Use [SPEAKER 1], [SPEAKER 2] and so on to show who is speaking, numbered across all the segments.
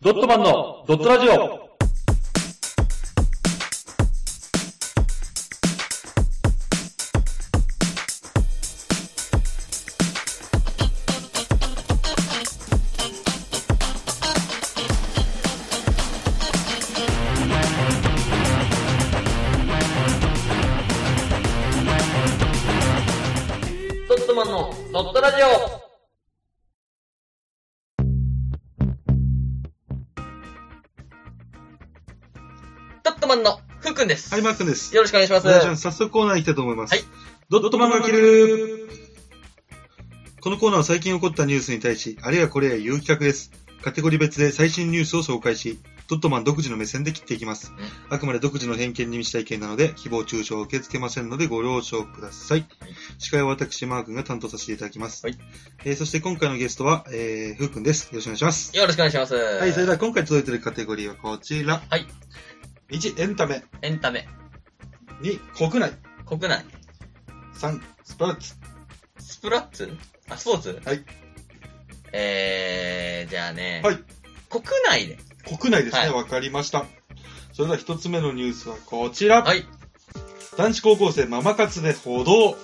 [SPEAKER 1] ドットマンのドットラジオ
[SPEAKER 2] ドットマンのドットラジオドットマンのふっくんです。
[SPEAKER 3] はい、マー君です。
[SPEAKER 2] よろしくお願いしま
[SPEAKER 3] お
[SPEAKER 2] す。
[SPEAKER 3] 願いします。早速コーナー行きたいと思います。
[SPEAKER 2] はい。
[SPEAKER 3] ドットマンが切るこのコーナーは最近起こったニュースに対し、あれやこれや言う企画です。カテゴリー別で最新ニュースを紹介し、ドットマン独自の目線で切っていきます。あくまで独自の偏見に満ちた意見なので、誹謗中傷を受け付けませんのでご了承ください。司会は私、マー君が担当させていただきます。
[SPEAKER 2] はい。
[SPEAKER 3] えー、そして今回のゲストは、えー、ふうくんです。よろしくお願いします。
[SPEAKER 2] よろしくお願いします。
[SPEAKER 3] は、
[SPEAKER 2] はい
[SPEAKER 3] それでは今回届いているカテゴリーはこちら。
[SPEAKER 2] はい。
[SPEAKER 3] 1、エンタメ。
[SPEAKER 2] エンタメ、
[SPEAKER 3] 2、国内。
[SPEAKER 2] 国内、
[SPEAKER 3] 3、スポーツ。
[SPEAKER 2] スプラッツあ、スポーツ
[SPEAKER 3] はい。
[SPEAKER 2] えー、じゃあね、
[SPEAKER 3] はい。
[SPEAKER 2] 国内で。
[SPEAKER 3] 国内です
[SPEAKER 2] はい
[SPEAKER 3] ね、わ、かりました。それでは一つ目のニュースはこちら。
[SPEAKER 2] はい。
[SPEAKER 3] 男子高校生ママ活で歩道。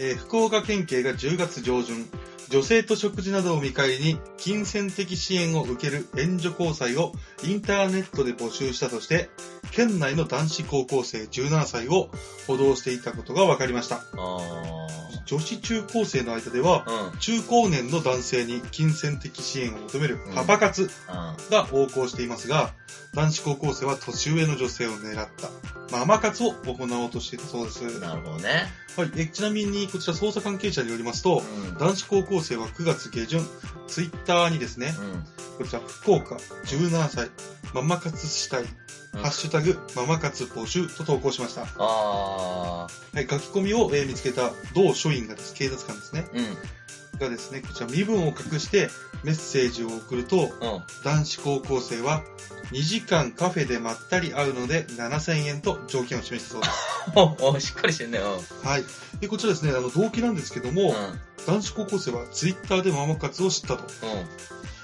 [SPEAKER 3] えー福岡県警が10月上旬、女性と食事などを見返りに金銭的支援を受ける援助交際をインターネットで募集したとして、県内の男子高校生17歳を補導していたことが分かりました。
[SPEAKER 2] あ
[SPEAKER 3] 女子中高生の間では、
[SPEAKER 2] ー。うん。うん。
[SPEAKER 3] 中高年の男性に金銭的支援を求めるパパ活が横行していますが、男子高校生は年上の女性を狙った、ママ活を行おうとしていたそうです。は
[SPEAKER 2] なるほどね。
[SPEAKER 3] い、えちなみにこちら捜査関係者によりますと
[SPEAKER 2] う、ん。
[SPEAKER 3] 男子高校生は9月下旬、ツイッターにですね、
[SPEAKER 2] うん。
[SPEAKER 3] こちら福岡17歳、ママ活したい、
[SPEAKER 2] うん
[SPEAKER 3] ハッシュタグ、ママ活募集と投稿しました。は
[SPEAKER 2] あ
[SPEAKER 3] い、書き込みを、えー見つけた同署員がです、警察官ですね、
[SPEAKER 2] ー。うん。
[SPEAKER 3] がですね、こちら身分を隠してメッセージを送ると、
[SPEAKER 2] うん。
[SPEAKER 3] 男子高校生は2時間カフェでまったり会うので7000円と条件を示したそうです。
[SPEAKER 2] お、お、しっかりしてんね。うん。うん。
[SPEAKER 3] はい。で、こちらですね、あの、動機なんですけども、男子高校生はツイッターでママ活を知ったと。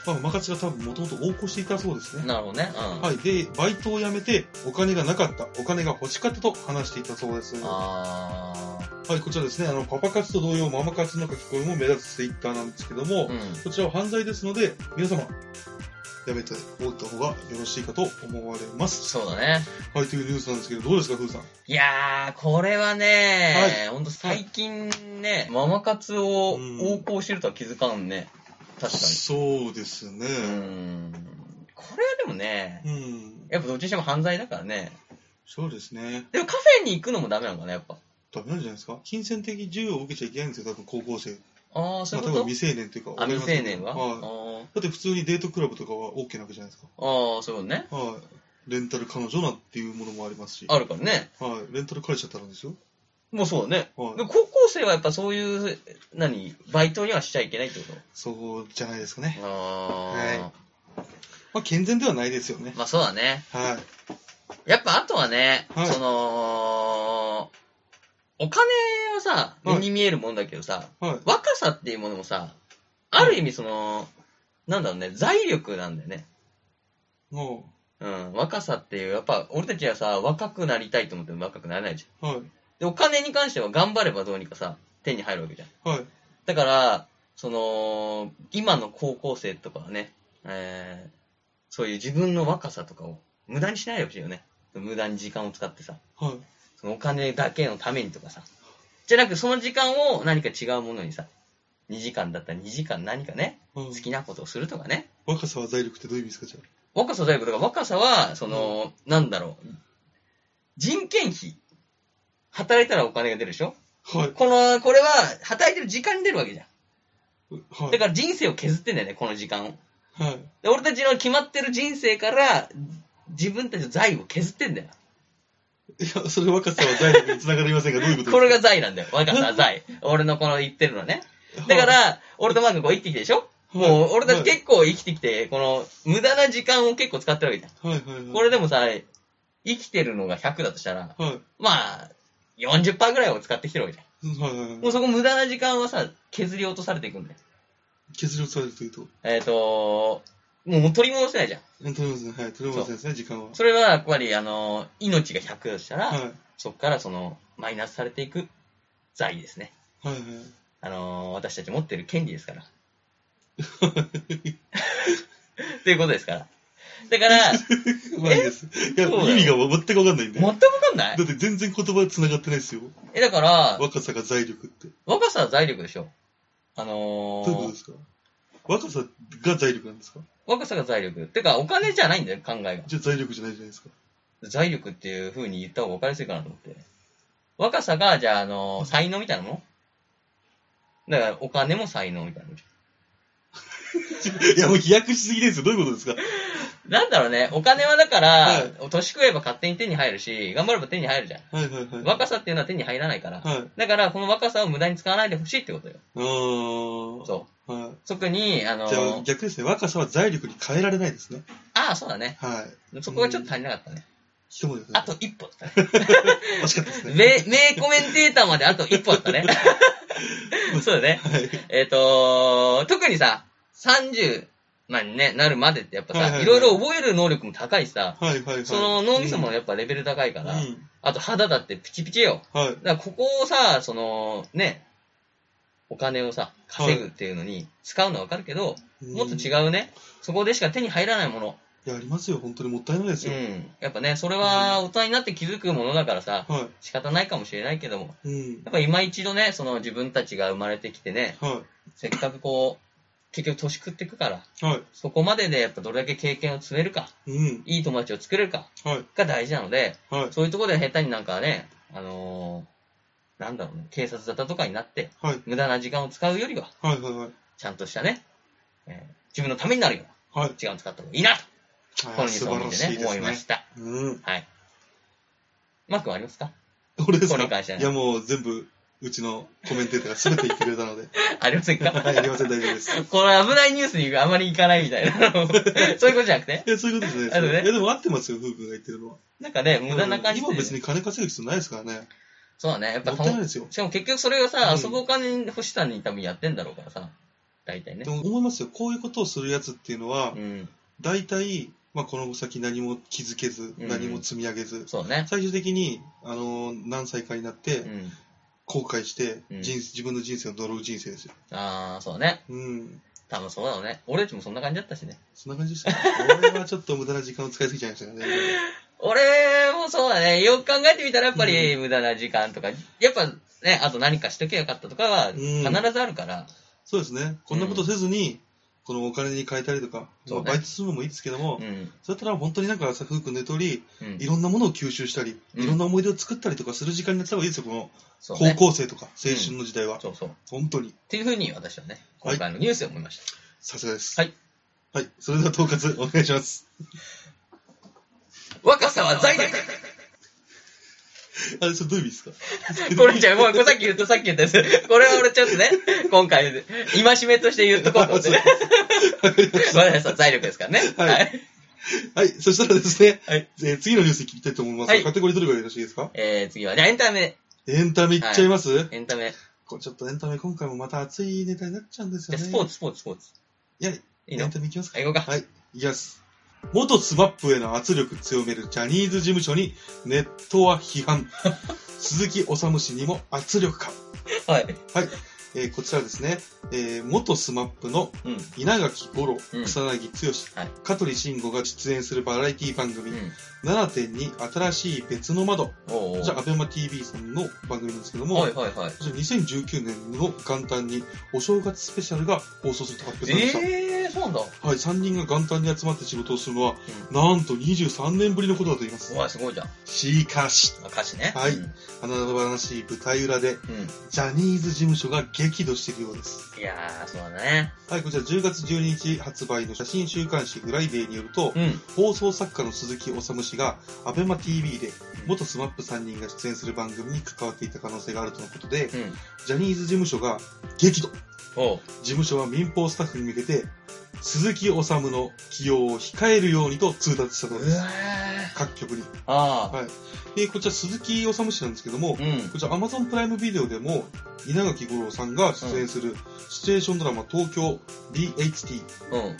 [SPEAKER 3] まあ、ママ活が多分もともと横行していたそうです
[SPEAKER 2] うん。
[SPEAKER 3] ね。
[SPEAKER 2] なるほどね。うん。
[SPEAKER 3] はい。で、バイトを辞めてお金がなかった、お金が欲しかったと話していたそうです。は
[SPEAKER 2] あ
[SPEAKER 3] い、こちらですね、あの、パパ活と同様ママ活の書き込みも目立つツイッターなんですけど
[SPEAKER 2] ー。
[SPEAKER 3] も、
[SPEAKER 2] うん。
[SPEAKER 3] こちらは犯罪ですので、皆様、やめておいた方がよろしいかと思われます。
[SPEAKER 2] そうだね。
[SPEAKER 3] はい、というニュースなんですけど、どうですか、ふーさん。
[SPEAKER 2] いやー、これはね、ほんと最近ね、ママ活を
[SPEAKER 3] うん
[SPEAKER 2] 横行してるとは気づかんね。確か
[SPEAKER 3] そうですね。
[SPEAKER 2] に。うん。これはでもね
[SPEAKER 3] う、ん。
[SPEAKER 2] やっぱどっちにしても犯罪だからね。
[SPEAKER 3] そうですね。
[SPEAKER 2] でもカフェに行くのもダメなのかな、やっぱ。
[SPEAKER 3] ダメなんじゃないですか金銭的自由を受けちゃいけないんですよ、多分高校生。
[SPEAKER 2] あー、そういう
[SPEAKER 3] まあ多分
[SPEAKER 2] こ
[SPEAKER 3] 未成年というか、
[SPEAKER 2] とあ、
[SPEAKER 3] わかり
[SPEAKER 2] 未
[SPEAKER 3] ませ
[SPEAKER 2] 成年
[SPEAKER 3] んけど
[SPEAKER 2] があ
[SPEAKER 3] はい。
[SPEAKER 2] ー
[SPEAKER 3] だって普通にデートクラブとかは OK なわけじゃないですか。
[SPEAKER 2] あー、そういうことね。
[SPEAKER 3] はい。レンタル彼女なんていうものもありますし。
[SPEAKER 2] あるからね。
[SPEAKER 3] はい。レンタル彼氏だったらですよ。
[SPEAKER 2] もうそうだね。
[SPEAKER 3] は
[SPEAKER 2] で
[SPEAKER 3] い。
[SPEAKER 2] も高校生はやっぱそういう、何、バイトにはしちゃいけないってこと
[SPEAKER 3] そうじゃないですかね。
[SPEAKER 2] あ
[SPEAKER 3] まあ、健全ではないですよね
[SPEAKER 2] ー。。まあそうだね。
[SPEAKER 3] はい。
[SPEAKER 2] やっぱあとはね、
[SPEAKER 3] はい
[SPEAKER 2] その、お金はさ、
[SPEAKER 3] はい
[SPEAKER 2] 目に見えるもんだけどさ、
[SPEAKER 3] はい。
[SPEAKER 2] 若さっていうものもさ、ある意味その、なんだろうね、財力なんだよね。
[SPEAKER 3] も
[SPEAKER 2] うん、若さっていう、やっぱ俺たちはさ、若くなりたいと思っても若くなれないじ
[SPEAKER 3] う、はい。
[SPEAKER 2] ゃん。で、お金に関しては頑張ればどうにかさ、手に入るわけじゃん。
[SPEAKER 3] はい。
[SPEAKER 2] だから、その、今の高校生とかはね、えー、そういう自分の若さとかを無駄にしないでほしいよね。無駄に時間を使ってさ。
[SPEAKER 3] はい。
[SPEAKER 2] そのお金だけのためにとかさ。じゃなく、その時間を何か違うものにさ、2時間だったら2時間何かね、
[SPEAKER 3] うん
[SPEAKER 2] 好きなことをするとかね。
[SPEAKER 3] 若さは財力ってどういう意味ですか、じゃ
[SPEAKER 2] 若さだいぶとか、若さは、その、なんだろう。人件費。働いたらお金が出るでしょ
[SPEAKER 3] あ。はい。
[SPEAKER 2] この、これは、働いてる時間に出るわけじゃん。
[SPEAKER 3] は
[SPEAKER 2] だ
[SPEAKER 3] い。
[SPEAKER 2] から人生を削ってんだよね、この時間を。
[SPEAKER 3] はい。
[SPEAKER 2] で俺たちの決まってる人生から、自分たちの財を削ってんだよ。
[SPEAKER 3] いや、それ若さは財力につながりませんが、どういうことですか
[SPEAKER 2] これが財なんだよ。若さは財。俺のこの言ってるのはね。だか、
[SPEAKER 3] はい
[SPEAKER 2] ら、俺とマー君こう生きてきたでしょ
[SPEAKER 3] はい
[SPEAKER 2] もう俺たち結構生きてきて、この無駄な時間を結構使ってるわけじゃん。
[SPEAKER 3] はいはいはい。
[SPEAKER 2] これでもさ、生きてるのが100だとしたら、
[SPEAKER 3] はい。
[SPEAKER 2] まあ、40%ぐらいを使ってきてるわけじゃ
[SPEAKER 3] うんはいは
[SPEAKER 2] ん。
[SPEAKER 3] いは
[SPEAKER 2] も
[SPEAKER 3] い。
[SPEAKER 2] うそこ無駄な時間はさ、削り落とされていくんだよ。
[SPEAKER 3] 削り落とされるというと。
[SPEAKER 2] えっ、と、もうもう取り戻せないじゃん。
[SPEAKER 3] 取り戻せない、はい、取り戻せないですね、時間は。
[SPEAKER 2] それは、やっぱり、あの、命が100だとしたら、
[SPEAKER 3] はい。
[SPEAKER 2] そこからその、マイナスされていく財ですね。
[SPEAKER 3] はいはい。
[SPEAKER 2] あの、私たち持ってる権利ですから。 ということですから。だから、
[SPEAKER 3] うまいです。いや、
[SPEAKER 2] そうだよ
[SPEAKER 3] 意味が全くわかんないんで。
[SPEAKER 2] 全く
[SPEAKER 3] だ
[SPEAKER 2] わかんない
[SPEAKER 3] って全然言葉繋がってないですよ。
[SPEAKER 2] え、だから、
[SPEAKER 3] 若さが財力って。
[SPEAKER 2] 若さは財力でしょ。あ
[SPEAKER 3] ど
[SPEAKER 2] の
[SPEAKER 3] ういうこと
[SPEAKER 2] ー
[SPEAKER 3] で、すか若さが財力なんですか
[SPEAKER 2] 若さが財力。てか、お金じゃないんだよ、考え
[SPEAKER 3] じゃあ財力じゃないじゃないですか。
[SPEAKER 2] が。財力っていう風に言った方が分かりやすいかなと思って。若さが、じゃあ、あのー才能みたいなものだから、お金も才能みたいなもんじ
[SPEAKER 3] いや、もう飛躍しすぎですよ。どういうことですか
[SPEAKER 2] ゃんなんだろうね、お金はだから、
[SPEAKER 3] は
[SPEAKER 2] 年食えば勝手に手に入るし、頑張れば手に入るじゃん。
[SPEAKER 3] はいはいはい。
[SPEAKER 2] 若さっていうのは手に入らないから。
[SPEAKER 3] はい。
[SPEAKER 2] だから、この若さを無駄に使わないでほしいってことよ。
[SPEAKER 3] あー。
[SPEAKER 2] そう。
[SPEAKER 3] は
[SPEAKER 2] 特に、あの
[SPEAKER 3] い。
[SPEAKER 2] ー
[SPEAKER 3] じゃあ逆ですね。若さは財力に変えられないですね。
[SPEAKER 2] ああ、そうだね。
[SPEAKER 3] はい。
[SPEAKER 2] そこがちょっと足りなかったね。
[SPEAKER 3] 一言ですね
[SPEAKER 2] あ。と一歩だったね。
[SPEAKER 3] 惜しかったですね。
[SPEAKER 2] 名、名コメンテーターまであと一歩だ ったね。そうだね。
[SPEAKER 3] はい。
[SPEAKER 2] えっ、と特にさ、30、まあね、なるまでってやっぱさ、
[SPEAKER 3] はい
[SPEAKER 2] い
[SPEAKER 3] はいはい
[SPEAKER 2] ろいろ覚える能力も高いしさ、
[SPEAKER 3] はいはいはい。
[SPEAKER 2] その脳みそもやっぱレベル高いか
[SPEAKER 3] うん、
[SPEAKER 2] ら、
[SPEAKER 3] うん。
[SPEAKER 2] あと肌だってピチピチよ。
[SPEAKER 3] はい。
[SPEAKER 2] だからここをさ、その、ね、お金をさ、稼ぐっていうのに使うのはわかるけど、もっと
[SPEAKER 3] うん。い
[SPEAKER 2] 違うね、そこでしか手に入らないもの。
[SPEAKER 3] や、ありますよ。本当にもったいないです
[SPEAKER 2] う
[SPEAKER 3] よ。
[SPEAKER 2] ん。やっぱね、それは大人になって気づくものだからさ、
[SPEAKER 3] は
[SPEAKER 2] 仕方ないかもしれないけども、
[SPEAKER 3] い。うん。
[SPEAKER 2] やっぱ今一度ね、その自分たちが生まれてきてね、
[SPEAKER 3] は
[SPEAKER 2] せっかくこう、結局年食っていくから、
[SPEAKER 3] い。は
[SPEAKER 2] そこまででやっぱどれだけ経験を積めるか、
[SPEAKER 3] い。うん。
[SPEAKER 2] いい友達を作れるか
[SPEAKER 3] はい。
[SPEAKER 2] が大事なので、
[SPEAKER 3] はい。
[SPEAKER 2] そういうところで下手になんかね、あのーなんだろうね、警察沙汰とかになって、
[SPEAKER 3] はい。
[SPEAKER 2] 無駄な時間を使うよりは、
[SPEAKER 3] はい。はい。はい。
[SPEAKER 2] ちゃんとしたね、えー自分のためになるよう
[SPEAKER 3] はい
[SPEAKER 2] な時間を使った方がいいなと、こ
[SPEAKER 3] あ
[SPEAKER 2] のニュー
[SPEAKER 3] ー素
[SPEAKER 2] スを
[SPEAKER 3] 晴
[SPEAKER 2] 見
[SPEAKER 3] ら
[SPEAKER 2] て
[SPEAKER 3] し
[SPEAKER 2] ね
[SPEAKER 3] い、で
[SPEAKER 2] 思
[SPEAKER 3] す
[SPEAKER 2] いま
[SPEAKER 3] ね。
[SPEAKER 2] した。
[SPEAKER 3] うん。
[SPEAKER 2] はい。マークはありますか
[SPEAKER 3] 俺です
[SPEAKER 2] これに
[SPEAKER 3] か
[SPEAKER 2] 関してはい
[SPEAKER 3] や、もう全部、うちのコメンテーターが全て言ってくれた ので。
[SPEAKER 2] ありませんか
[SPEAKER 3] はい、ありません、大丈夫です。
[SPEAKER 2] これ危ないニュースにあまり行かないみたいな。 そういうことじゃなくて
[SPEAKER 3] いや、そういうことですね。
[SPEAKER 2] あのね
[SPEAKER 3] いや、でも合ってますよ、夫婦が言ってるのは。
[SPEAKER 2] なんかね、無駄な感じ
[SPEAKER 3] うん今別
[SPEAKER 2] で。
[SPEAKER 3] に金稼ぐ必要ないですからね。
[SPEAKER 2] そうだね。やっぱ
[SPEAKER 3] もったいないですよ。
[SPEAKER 2] しかも結局それをさ、
[SPEAKER 3] うん
[SPEAKER 2] あそこお金欲しさに多分やってんだろうからさ。大体ね
[SPEAKER 3] で。も思いますよ、こういうことをするやつっていうのは
[SPEAKER 2] う、ん。
[SPEAKER 3] 大体、まあ、この先何も気づけず、
[SPEAKER 2] うん
[SPEAKER 3] 何も積み上げず、
[SPEAKER 2] そうね。
[SPEAKER 3] 最終的に、あのー何歳かになって
[SPEAKER 2] う、ん。
[SPEAKER 3] 後悔して、
[SPEAKER 2] うん
[SPEAKER 3] 人自分の人生を呪う人生ですよ。
[SPEAKER 2] あー、そうね。
[SPEAKER 3] うん。
[SPEAKER 2] 多分そうだろうね。俺たちもそんな感じだったしね。
[SPEAKER 3] そんな感じでしたね。俺はちょっと無駄な時間を使いすぎちゃいましたね。
[SPEAKER 2] 俺もそうだね。よく考えてみたらやっぱり無駄な時間とか、やっぱね、あと何かしときゃよかったとかは必ずあるから。
[SPEAKER 3] そうですね。こんなことせずに、このお金に変えたりとか、
[SPEAKER 2] そうね
[SPEAKER 3] まあ、バイトするのもいいですけども、
[SPEAKER 2] うん。
[SPEAKER 3] そうやったら本当になんかさ、ふうくんの言う通り、
[SPEAKER 2] うん
[SPEAKER 3] い。ろんなものを吸収したり、
[SPEAKER 2] うん
[SPEAKER 3] いろんな思い出を作ったりとかする時間になった方がいいですよ、この
[SPEAKER 2] そう
[SPEAKER 3] 高
[SPEAKER 2] ね。
[SPEAKER 3] 校生とか青春の時代は。
[SPEAKER 2] そうそう。っ
[SPEAKER 3] 本当に。
[SPEAKER 2] ていうふうに私はね、
[SPEAKER 3] はい
[SPEAKER 2] 今回のニュースで思いました。
[SPEAKER 3] さすがです。
[SPEAKER 2] はい。
[SPEAKER 3] はい。それでは統括お願いします。
[SPEAKER 2] 若さは財力
[SPEAKER 3] あれ、それどういう意味ですか
[SPEAKER 2] これじゃあ、もうこれさっき言ったさっき言ったやつ。これは俺ちょっ とね、今回、戒めとして言っとこうと思ってね。 我々さ、財力ですからね。
[SPEAKER 3] はい
[SPEAKER 2] はい。
[SPEAKER 3] はい。そしたらですね、
[SPEAKER 2] はい
[SPEAKER 3] えー次のニュース聞きたいと思います。
[SPEAKER 2] はい
[SPEAKER 3] カテゴリーどれぐらいよろしいですか
[SPEAKER 2] えー、次は、じゃあエンタメ。
[SPEAKER 3] エンタメいっちゃいます、
[SPEAKER 2] エンタメ。
[SPEAKER 3] こうちょっとエンタメ今回もまた熱いネタになっちゃうんです
[SPEAKER 2] じゃ
[SPEAKER 3] よ
[SPEAKER 2] あ
[SPEAKER 3] ね。
[SPEAKER 2] スポーツ、スポーツ、スポーツ。
[SPEAKER 3] いや、
[SPEAKER 2] いい
[SPEAKER 3] エ
[SPEAKER 2] の
[SPEAKER 3] ンタメいきますか。
[SPEAKER 2] はい、行こうか。
[SPEAKER 3] はい。いきます。元スマップへの圧力強めるジャニーズ事務所にネットは批 判。鈴木治氏にも圧力か。
[SPEAKER 2] はい。
[SPEAKER 3] えーこちらですね、えー元スマップの
[SPEAKER 2] うん。
[SPEAKER 3] 稲垣吾郎、
[SPEAKER 2] うん
[SPEAKER 3] 草薙剛、
[SPEAKER 2] はい
[SPEAKER 3] 香取慎吾が出演するバラエティ番組、
[SPEAKER 2] うん。
[SPEAKER 3] 7.2新しい別の窓、
[SPEAKER 2] おうおう
[SPEAKER 3] こちらアベマ TV さんの番組なんですけども、
[SPEAKER 2] はい、はい、はい。
[SPEAKER 3] こちら2019年の元旦にお正月スペシャルが放送すると発表されました。
[SPEAKER 2] えー、そうなんだ。
[SPEAKER 3] はい、3人が元旦に集まって仕事をするのは、なんと23年ぶりのことだと言います
[SPEAKER 2] う。わ、すごいじゃん。
[SPEAKER 3] しかし、
[SPEAKER 2] まあ歌詞ね。
[SPEAKER 3] はい
[SPEAKER 2] うん。
[SPEAKER 3] 華々しい舞台裏で、
[SPEAKER 2] うん
[SPEAKER 3] ジャニーズ事務所が激怒しているようです。
[SPEAKER 2] いやー、そうだね。
[SPEAKER 3] はい、こちら10月12日発売の写真週刊誌フライデーによると、
[SPEAKER 2] うん。
[SPEAKER 3] 放送作家の鈴木治氏が、アベマ t v で、元 SMAP3 人が出演する番組に関わっていた可能性があるとのことで、
[SPEAKER 2] うん。
[SPEAKER 3] ジャニーズ事務所が激怒。
[SPEAKER 2] おう。
[SPEAKER 3] 事務所は民放スタッフに向けて、鈴木治の起用を控えるようにと通達した
[SPEAKER 2] う
[SPEAKER 3] の
[SPEAKER 2] わ
[SPEAKER 3] です。
[SPEAKER 2] ー。
[SPEAKER 3] 各局に。
[SPEAKER 2] あー。
[SPEAKER 3] で、こちら鈴木治氏なんですけども
[SPEAKER 2] う、ん。
[SPEAKER 3] こちら Amazon プライムビデオでも、稲垣吾郎さんが出演するシチュエーションドラマ東京 DHT
[SPEAKER 2] うん。
[SPEAKER 3] えー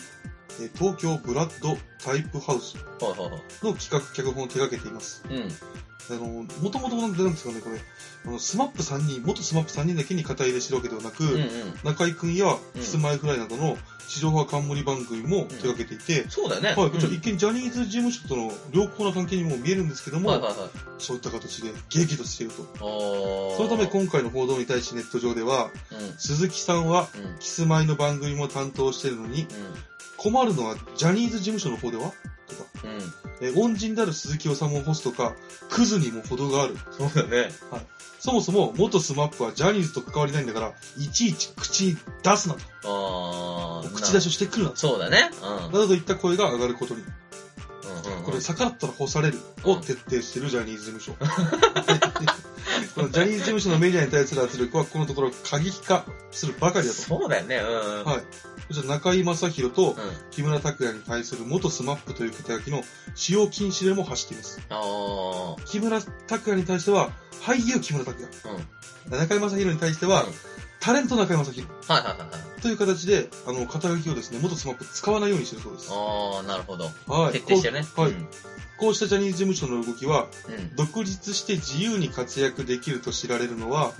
[SPEAKER 3] 東京ブラッドタイプハウス
[SPEAKER 2] はいはいはい。
[SPEAKER 3] の企画、脚本を手掛けています。
[SPEAKER 2] うん。
[SPEAKER 3] あの、もともとなんですかね、これ、あの、スマップ3人、元スマップ3人だけに肩入れしてるわけではなく、
[SPEAKER 2] うんうん。
[SPEAKER 3] 中井くんや
[SPEAKER 2] うん
[SPEAKER 3] キスマイフライなどの地上波冠番組も手掛けていて、
[SPEAKER 2] そうだよね。
[SPEAKER 3] はい、
[SPEAKER 2] うん
[SPEAKER 3] こちら一見ジャニーズ事務所との良好な関係にも見えるんですけども、
[SPEAKER 2] はいはいはい。
[SPEAKER 3] そういった形で激怒していると。
[SPEAKER 2] あー
[SPEAKER 3] そのため今回の報道に対しネット上では、
[SPEAKER 2] うん。うん。
[SPEAKER 3] 鈴木さんは
[SPEAKER 2] うん。
[SPEAKER 3] キスマイの番組も担当してるのに、困るのはジャニーズ事務所の方ではとか、
[SPEAKER 2] うん。
[SPEAKER 3] えー恩人である鈴木治を干すとか、クズにも程がある。
[SPEAKER 2] そうだね。
[SPEAKER 3] そもそも元スマップはジャニーズと関わりないんだから、いちいち口に出すなと。
[SPEAKER 2] ああ。
[SPEAKER 3] 口出
[SPEAKER 2] し。
[SPEAKER 3] しをしてくるなと。
[SPEAKER 2] そうだね。
[SPEAKER 3] などといった声が上がることに。
[SPEAKER 2] うん。うんうん
[SPEAKER 3] こ
[SPEAKER 2] う
[SPEAKER 3] れ、
[SPEAKER 2] ん。
[SPEAKER 3] 逆らったら干されるを徹底してるジャニーズ事務所。このジャニーズ事務所のメディアに対する圧力はこのところ過激化するばかりだと。
[SPEAKER 2] そうだよね。うんうん。
[SPEAKER 3] はい。こちら中井正宏
[SPEAKER 2] う
[SPEAKER 3] と
[SPEAKER 2] ん。
[SPEAKER 3] 木村拓哉に対する元スマップという肩書きの使用禁止令も発しています。
[SPEAKER 2] ああ。
[SPEAKER 3] 木村拓哉に対しては、俳優木村拓哉。
[SPEAKER 2] うん。
[SPEAKER 3] 中井正宏に対しては
[SPEAKER 2] うん、
[SPEAKER 3] タレント中井正宏。
[SPEAKER 2] はいはいはいはい。
[SPEAKER 3] という形で、あの、肩書きをですね、元スマップ使わないようにしてるそうです。
[SPEAKER 2] ああ、なるほど。
[SPEAKER 3] はい。
[SPEAKER 2] 徹底してるね。
[SPEAKER 3] こうはい
[SPEAKER 2] うん。
[SPEAKER 3] こうしたジャニーズ事務所の動きは、
[SPEAKER 2] うん
[SPEAKER 3] 独立して自由に活躍できると知られるのは、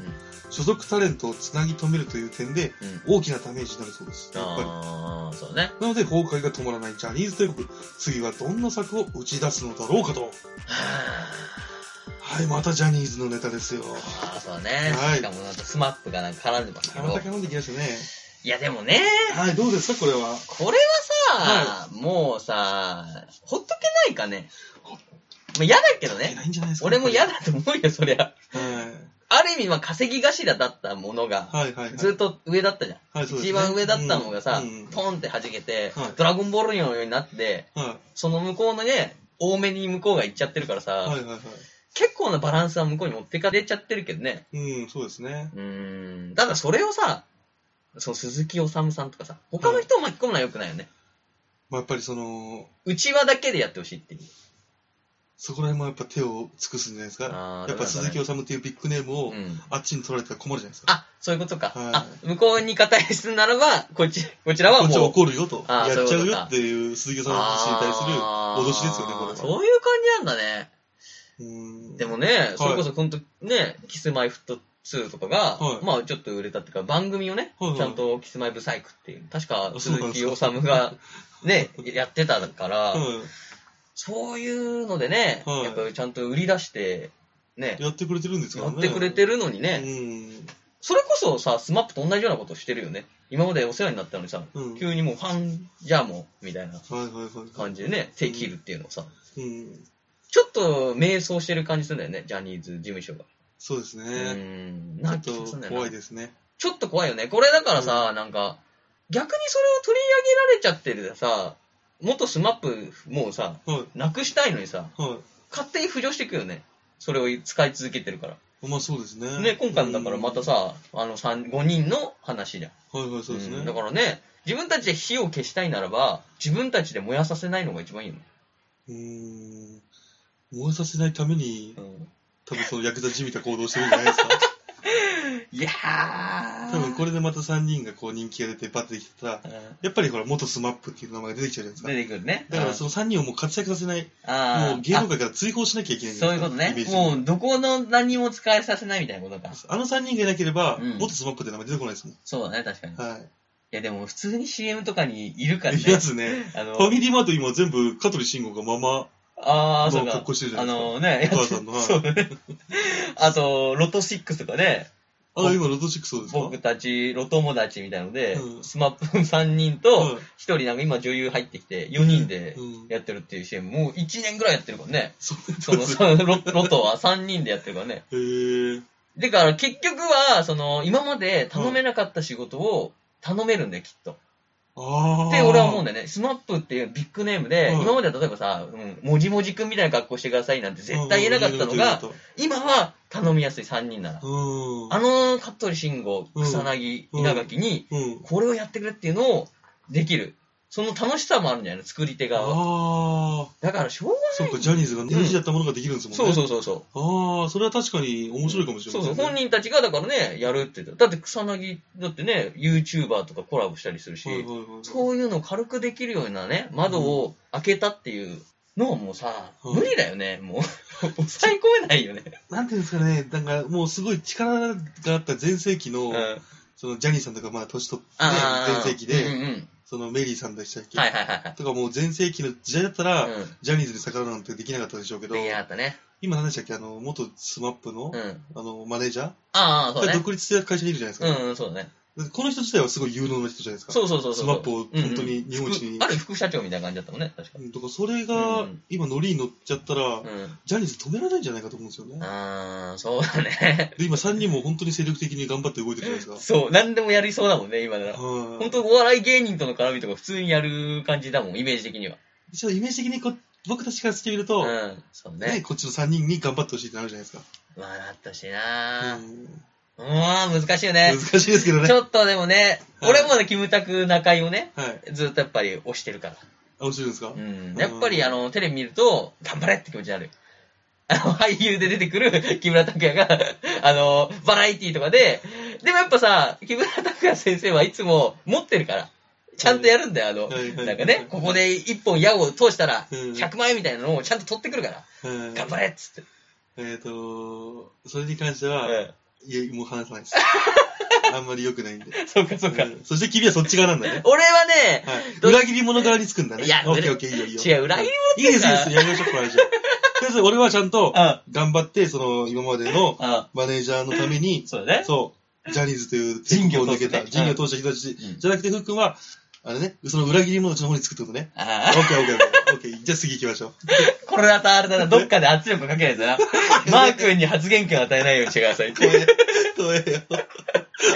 [SPEAKER 3] 所属タレントをつなぎ止めるという点で
[SPEAKER 2] うん。
[SPEAKER 3] 大きなダメージになるそうです。やっぱり。
[SPEAKER 2] ああ、そうね。
[SPEAKER 3] なので崩壊が止まらないジャニーズ帝国、次はどんな策を打ち出すのだろうかと。
[SPEAKER 2] は
[SPEAKER 3] はい、またジャニーズのネタですよ。
[SPEAKER 2] ああ、そうね。
[SPEAKER 3] はい
[SPEAKER 2] しかもなんかスマップがなんか絡んでますけ
[SPEAKER 3] ま
[SPEAKER 2] ど
[SPEAKER 3] た。絡んできましたね。
[SPEAKER 2] いやでもね、
[SPEAKER 3] はい、どうですかこれは。
[SPEAKER 2] これはさ、もうさ、ほっとけないかね。まあ嫌だけど
[SPEAKER 3] いけ
[SPEAKER 2] ね。
[SPEAKER 3] ないんじゃないですか
[SPEAKER 2] 俺も嫌
[SPEAKER 3] だ。
[SPEAKER 2] だと思うよ、そりゃ。
[SPEAKER 3] はい
[SPEAKER 2] ある意味、まあ稼ぎ頭だったものが、
[SPEAKER 3] はいはい。
[SPEAKER 2] ずっと上だったじゃん。
[SPEAKER 3] はいそうですね
[SPEAKER 2] 一番上だったのがさ、
[SPEAKER 3] うんうん
[SPEAKER 2] ポンって弾けて、
[SPEAKER 3] はい
[SPEAKER 2] ドラゴンボールのようになって、
[SPEAKER 3] は
[SPEAKER 2] その向こうのね、多めに向こうが行っちゃってるからさ、
[SPEAKER 3] いはいはいは
[SPEAKER 2] 結構なバランスは向こうに持ってかれちゃってるけどね。
[SPEAKER 3] い。うん、そうですね。
[SPEAKER 2] うーん。ただそれをさ、その鈴木治さんとかさ、他の人を巻き込むのは良くないよね。
[SPEAKER 3] まあやっぱりその、
[SPEAKER 2] うちわだけでやってほしいっていう。
[SPEAKER 3] そこら辺もやっぱ手を尽くすんじゃないですか。
[SPEAKER 2] あー
[SPEAKER 3] やっぱ鈴木
[SPEAKER 2] だ
[SPEAKER 3] 治っていうビッグネームを
[SPEAKER 2] からねうん。
[SPEAKER 3] あっちに取られたら困るじゃないですか。
[SPEAKER 2] あ、そういうことか。
[SPEAKER 3] はい
[SPEAKER 2] あ、向こうに肩入れするならば、こっち、こちらは
[SPEAKER 3] こっちは
[SPEAKER 2] もう。
[SPEAKER 3] 怒るよと、
[SPEAKER 2] あー
[SPEAKER 3] やっちゃ
[SPEAKER 2] そういううこ
[SPEAKER 3] よ
[SPEAKER 2] とか
[SPEAKER 3] っていう鈴木さんの自身に対する脅しですよね、これ
[SPEAKER 2] あ
[SPEAKER 3] は
[SPEAKER 2] ー。そういう感じなんだね。
[SPEAKER 3] うん
[SPEAKER 2] でもね、それこそほんとね、キスマイフット2とかが、
[SPEAKER 3] はい
[SPEAKER 2] まあちょっと売れたっていうか、番組をね、
[SPEAKER 3] はいはい
[SPEAKER 2] ちゃんとキスマイブサイクっていう、確か
[SPEAKER 3] あそう
[SPEAKER 2] 鈴
[SPEAKER 3] なんです
[SPEAKER 2] 木
[SPEAKER 3] か
[SPEAKER 2] 治がね、やってたから、
[SPEAKER 3] はい
[SPEAKER 2] そういうのでね、
[SPEAKER 3] はい
[SPEAKER 2] やっぱちゃんと売り出して、ね、
[SPEAKER 3] やってくれてるんですか
[SPEAKER 2] や
[SPEAKER 3] ら
[SPEAKER 2] っ
[SPEAKER 3] ね。
[SPEAKER 2] てくれてるのにね、それこそさ、スマップと同じようなことしてるよね。今までお世話になったのにさ、
[SPEAKER 3] うん。うん。はい
[SPEAKER 2] 急にもうファン、じゃあもう、みたいな
[SPEAKER 3] はいはい。
[SPEAKER 2] 感じでね、手切るっていうのをさ、
[SPEAKER 3] うん。
[SPEAKER 2] ちょっと迷走してる感じするんだよね、ジャニーズ事務所が。
[SPEAKER 3] そうです
[SPEAKER 2] う
[SPEAKER 3] ね。
[SPEAKER 2] ん、
[SPEAKER 3] ちょ
[SPEAKER 2] な
[SPEAKER 3] っ
[SPEAKER 2] んか
[SPEAKER 3] と
[SPEAKER 2] ね
[SPEAKER 3] 怖いですね。
[SPEAKER 2] ちょっと怖いよね。これだからさ、なんか、逆にそれを取り上げられちゃってるさ、元スマップもうさ、
[SPEAKER 3] は
[SPEAKER 2] なくしたいのにさ、
[SPEAKER 3] い。は
[SPEAKER 2] 勝手に浮上していくよね。それを使い続けてるから。
[SPEAKER 3] い。まあそうですね。
[SPEAKER 2] ね、今回もだからまたさ、あの3、5人の話じゃん。
[SPEAKER 3] うん。はいはい、そうですね。
[SPEAKER 2] んだからね、自分たちで火を消したいならば、自分たちで燃やさせないのが一番いいの。
[SPEAKER 3] うん。燃えさせないために、
[SPEAKER 2] うん、
[SPEAKER 3] 多分そのヤクザじみた行動してるんじゃないですか。
[SPEAKER 2] いやー。
[SPEAKER 3] 多分これでまた3人がこう人気が出てバッてできたら、
[SPEAKER 2] うん
[SPEAKER 3] やっぱりほら、元スマップっていう名前が出てきちゃうじゃないですか。
[SPEAKER 2] 出てくるね。
[SPEAKER 3] だからその3人をもう活躍させない、
[SPEAKER 2] あー
[SPEAKER 3] もう芸能界から追放しなきゃいけないんだ
[SPEAKER 2] そう
[SPEAKER 3] よ
[SPEAKER 2] いうこと
[SPEAKER 3] イ
[SPEAKER 2] ね
[SPEAKER 3] メー。ジ的に
[SPEAKER 2] もう、どこの何も使えさせないみたいなことか。
[SPEAKER 3] あの3人がいなければ、
[SPEAKER 2] うん
[SPEAKER 3] 元スマップって名前出てこないですもん。
[SPEAKER 2] そうだね、確かに。い
[SPEAKER 3] はい。
[SPEAKER 2] や、でも、普通に CM とかにいるからね
[SPEAKER 3] い。やつね。
[SPEAKER 2] あ
[SPEAKER 3] フ
[SPEAKER 2] の
[SPEAKER 3] ァ、ミリーマート今全部香取慎吾がまま
[SPEAKER 2] ああ、
[SPEAKER 3] の
[SPEAKER 2] そうか
[SPEAKER 3] 格。好してるじゃ
[SPEAKER 2] あ
[SPEAKER 3] ないですか。
[SPEAKER 2] のね、
[SPEAKER 3] お母さんのはい
[SPEAKER 2] そうね。あと、ロト6とかね、
[SPEAKER 3] あ
[SPEAKER 2] 僕
[SPEAKER 3] 今ロトシックそうですか
[SPEAKER 2] 僕たち、ロ友達みたいので、
[SPEAKER 3] うん
[SPEAKER 2] スマップ3人
[SPEAKER 3] は
[SPEAKER 2] と、
[SPEAKER 3] い
[SPEAKER 2] 1人なんか今女優入ってきて、4人で
[SPEAKER 3] うん
[SPEAKER 2] やってるっていう CM、もう1年ぐらいやってるからね。
[SPEAKER 3] そう
[SPEAKER 2] その、
[SPEAKER 3] です
[SPEAKER 2] そのロロトは3人でやってるからね。
[SPEAKER 3] へー
[SPEAKER 2] だから結局は、その、今まで頼めなかった仕事を頼めるんだよ、きっと。
[SPEAKER 3] ああ。
[SPEAKER 2] って俺は思うんだよね。スマップっていうビッグネームで、
[SPEAKER 3] うん
[SPEAKER 2] 今までは例えばさ、うん、もじもじくんみたいな格好してくださいなんて絶対言えなかったのが、今は頼みやすい3人なら。
[SPEAKER 3] うん。
[SPEAKER 2] あの、服部慎吾、
[SPEAKER 3] うん
[SPEAKER 2] 草薙、
[SPEAKER 3] うん
[SPEAKER 2] 稲垣に、
[SPEAKER 3] うん。
[SPEAKER 2] これをやってくれっていうのをできる。その楽しさもあるんじゃないの作り手側は。
[SPEAKER 3] ああ、
[SPEAKER 2] だからしょうが
[SPEAKER 3] そっか、ジャニーズがね
[SPEAKER 2] うん
[SPEAKER 3] NG だったものができるんですもん
[SPEAKER 2] そう
[SPEAKER 3] ね。
[SPEAKER 2] そうそうそう。
[SPEAKER 3] ああ、それは確かに面白いかもしれ
[SPEAKER 2] そ
[SPEAKER 3] ま
[SPEAKER 2] うそ
[SPEAKER 3] せん
[SPEAKER 2] う、
[SPEAKER 3] ね。
[SPEAKER 2] 本人たちがだからね、やるって言ってだって草薙、だってね、YouTuber とかコラボしたりするし、
[SPEAKER 3] はいはいはいはい
[SPEAKER 2] そういうのを軽くできるようなね、窓を開けたっていうのはもうさ、
[SPEAKER 3] うん
[SPEAKER 2] 無理だよね、もう。抑え込めないよね。
[SPEAKER 3] なんていうんですかね、なんかもうすごい力があった全盛期の、
[SPEAKER 2] うん。
[SPEAKER 3] そのジャニーさんとか、まあ年取って、
[SPEAKER 2] あー
[SPEAKER 3] 全盛期
[SPEAKER 2] うん
[SPEAKER 3] で、
[SPEAKER 2] うん
[SPEAKER 3] そのメリーさんでしたっけ、
[SPEAKER 2] はいはいはい
[SPEAKER 3] とかもう全盛期の時代だったら、
[SPEAKER 2] はい。うん。
[SPEAKER 3] ジャニーズに逆らうなんてできなかったでしょうけど、
[SPEAKER 2] 出来上がったね。
[SPEAKER 3] 今何でしたっけ、あの、元スマップの、
[SPEAKER 2] うん。
[SPEAKER 3] あの、マネージャー、
[SPEAKER 2] ああ、そうだね。
[SPEAKER 3] 独立した会社にいるじゃないです
[SPEAKER 2] う
[SPEAKER 3] か。
[SPEAKER 2] んうん、そうだね。
[SPEAKER 3] でこの人自体はすごい有能な人じゃないですか。
[SPEAKER 2] そうそうそうそう。
[SPEAKER 3] スマップを本当に日本一に。
[SPEAKER 2] ある副社長みたいな感じだったもんね、確か。
[SPEAKER 3] うんとか、それ
[SPEAKER 2] う
[SPEAKER 3] が
[SPEAKER 2] ん
[SPEAKER 3] 今乗りに乗っちゃったら、
[SPEAKER 2] う
[SPEAKER 3] ジャニーズ止められないんじゃないかと思うんですよね
[SPEAKER 2] ん。。ああ、そうだね。
[SPEAKER 3] で、今3人も本当に精力的に頑張って動いてるじゃないですか。
[SPEAKER 2] そう、なんでもやりそうだもんね、今なら。
[SPEAKER 3] はい
[SPEAKER 2] 本当お笑い芸人との絡みとか普通にやる感じだもん、イメージ的には。
[SPEAKER 3] ちょっとイメージ的にこう僕たちからしてみると、
[SPEAKER 2] うん、そう
[SPEAKER 3] ね
[SPEAKER 2] ね。
[SPEAKER 3] こっちの3人に頑張ってほしいってなるじゃないですか。
[SPEAKER 2] まあ、なったしなぁ。
[SPEAKER 3] うん
[SPEAKER 2] うーん、難しいよね
[SPEAKER 3] 難。しいですけどね。
[SPEAKER 2] ち
[SPEAKER 3] は
[SPEAKER 2] ょっとでもね、
[SPEAKER 3] はい
[SPEAKER 2] 俺もね、キムタク中井をね、
[SPEAKER 3] い。
[SPEAKER 2] ずっとやっぱり推してるから。
[SPEAKER 3] あ面白いですか、
[SPEAKER 2] うん。やっぱりあの、テレビ見ると、頑張れって気持ちになる。あの、俳優で出てくる 木村拓哉が、あの、バラエティーとかで、でもやっぱさ、木村拓哉先生はいつも持ってるから、ちゃんとやるんだよ、あの、
[SPEAKER 3] はいはい
[SPEAKER 2] なんかね、ここで一本矢を通したら、
[SPEAKER 3] うん
[SPEAKER 2] 100万円みたいなのをちゃんと取ってくるから、
[SPEAKER 3] うん
[SPEAKER 2] 頑張れっつって。
[SPEAKER 3] えっ、と、それに関しては、
[SPEAKER 2] うん
[SPEAKER 3] いや、もう話 さないです。あんまり良くないんで。
[SPEAKER 2] そうか、そうか。
[SPEAKER 3] うんそして君はそっち側なんだね。
[SPEAKER 2] 俺はね、
[SPEAKER 3] はい、
[SPEAKER 2] ど
[SPEAKER 3] 裏切り者側につくんだね。
[SPEAKER 2] いや
[SPEAKER 3] オッケーオッケー、いいよいいよ。
[SPEAKER 2] 違う裏切り
[SPEAKER 3] いいです、いいです。やりましょう、この話。とりあえず俺はちゃんと
[SPEAKER 2] あ
[SPEAKER 3] 頑張って、その、今までの
[SPEAKER 2] あ
[SPEAKER 3] マネージャーのために、
[SPEAKER 2] そうだね。
[SPEAKER 3] そう、ジャニーズという
[SPEAKER 2] 人
[SPEAKER 3] 業
[SPEAKER 2] 魚
[SPEAKER 3] を
[SPEAKER 2] を
[SPEAKER 3] 抜
[SPEAKER 2] 通
[SPEAKER 3] け
[SPEAKER 2] して
[SPEAKER 3] た、
[SPEAKER 2] ね
[SPEAKER 3] 人魚を通した人たち、
[SPEAKER 2] うん
[SPEAKER 3] じゃなくて、ふっくんは、あれね、その裏切り者たちの方に作ってことね。オッ
[SPEAKER 2] あ
[SPEAKER 3] ケーオッケーオッケー。オッケー。じゃあ次行きましょう。
[SPEAKER 2] あ、これだとあれだな、どっかで圧力かけ ないとな。マー君に発言権を与えないようにしてくださいって
[SPEAKER 3] 怖。え、怖えよ。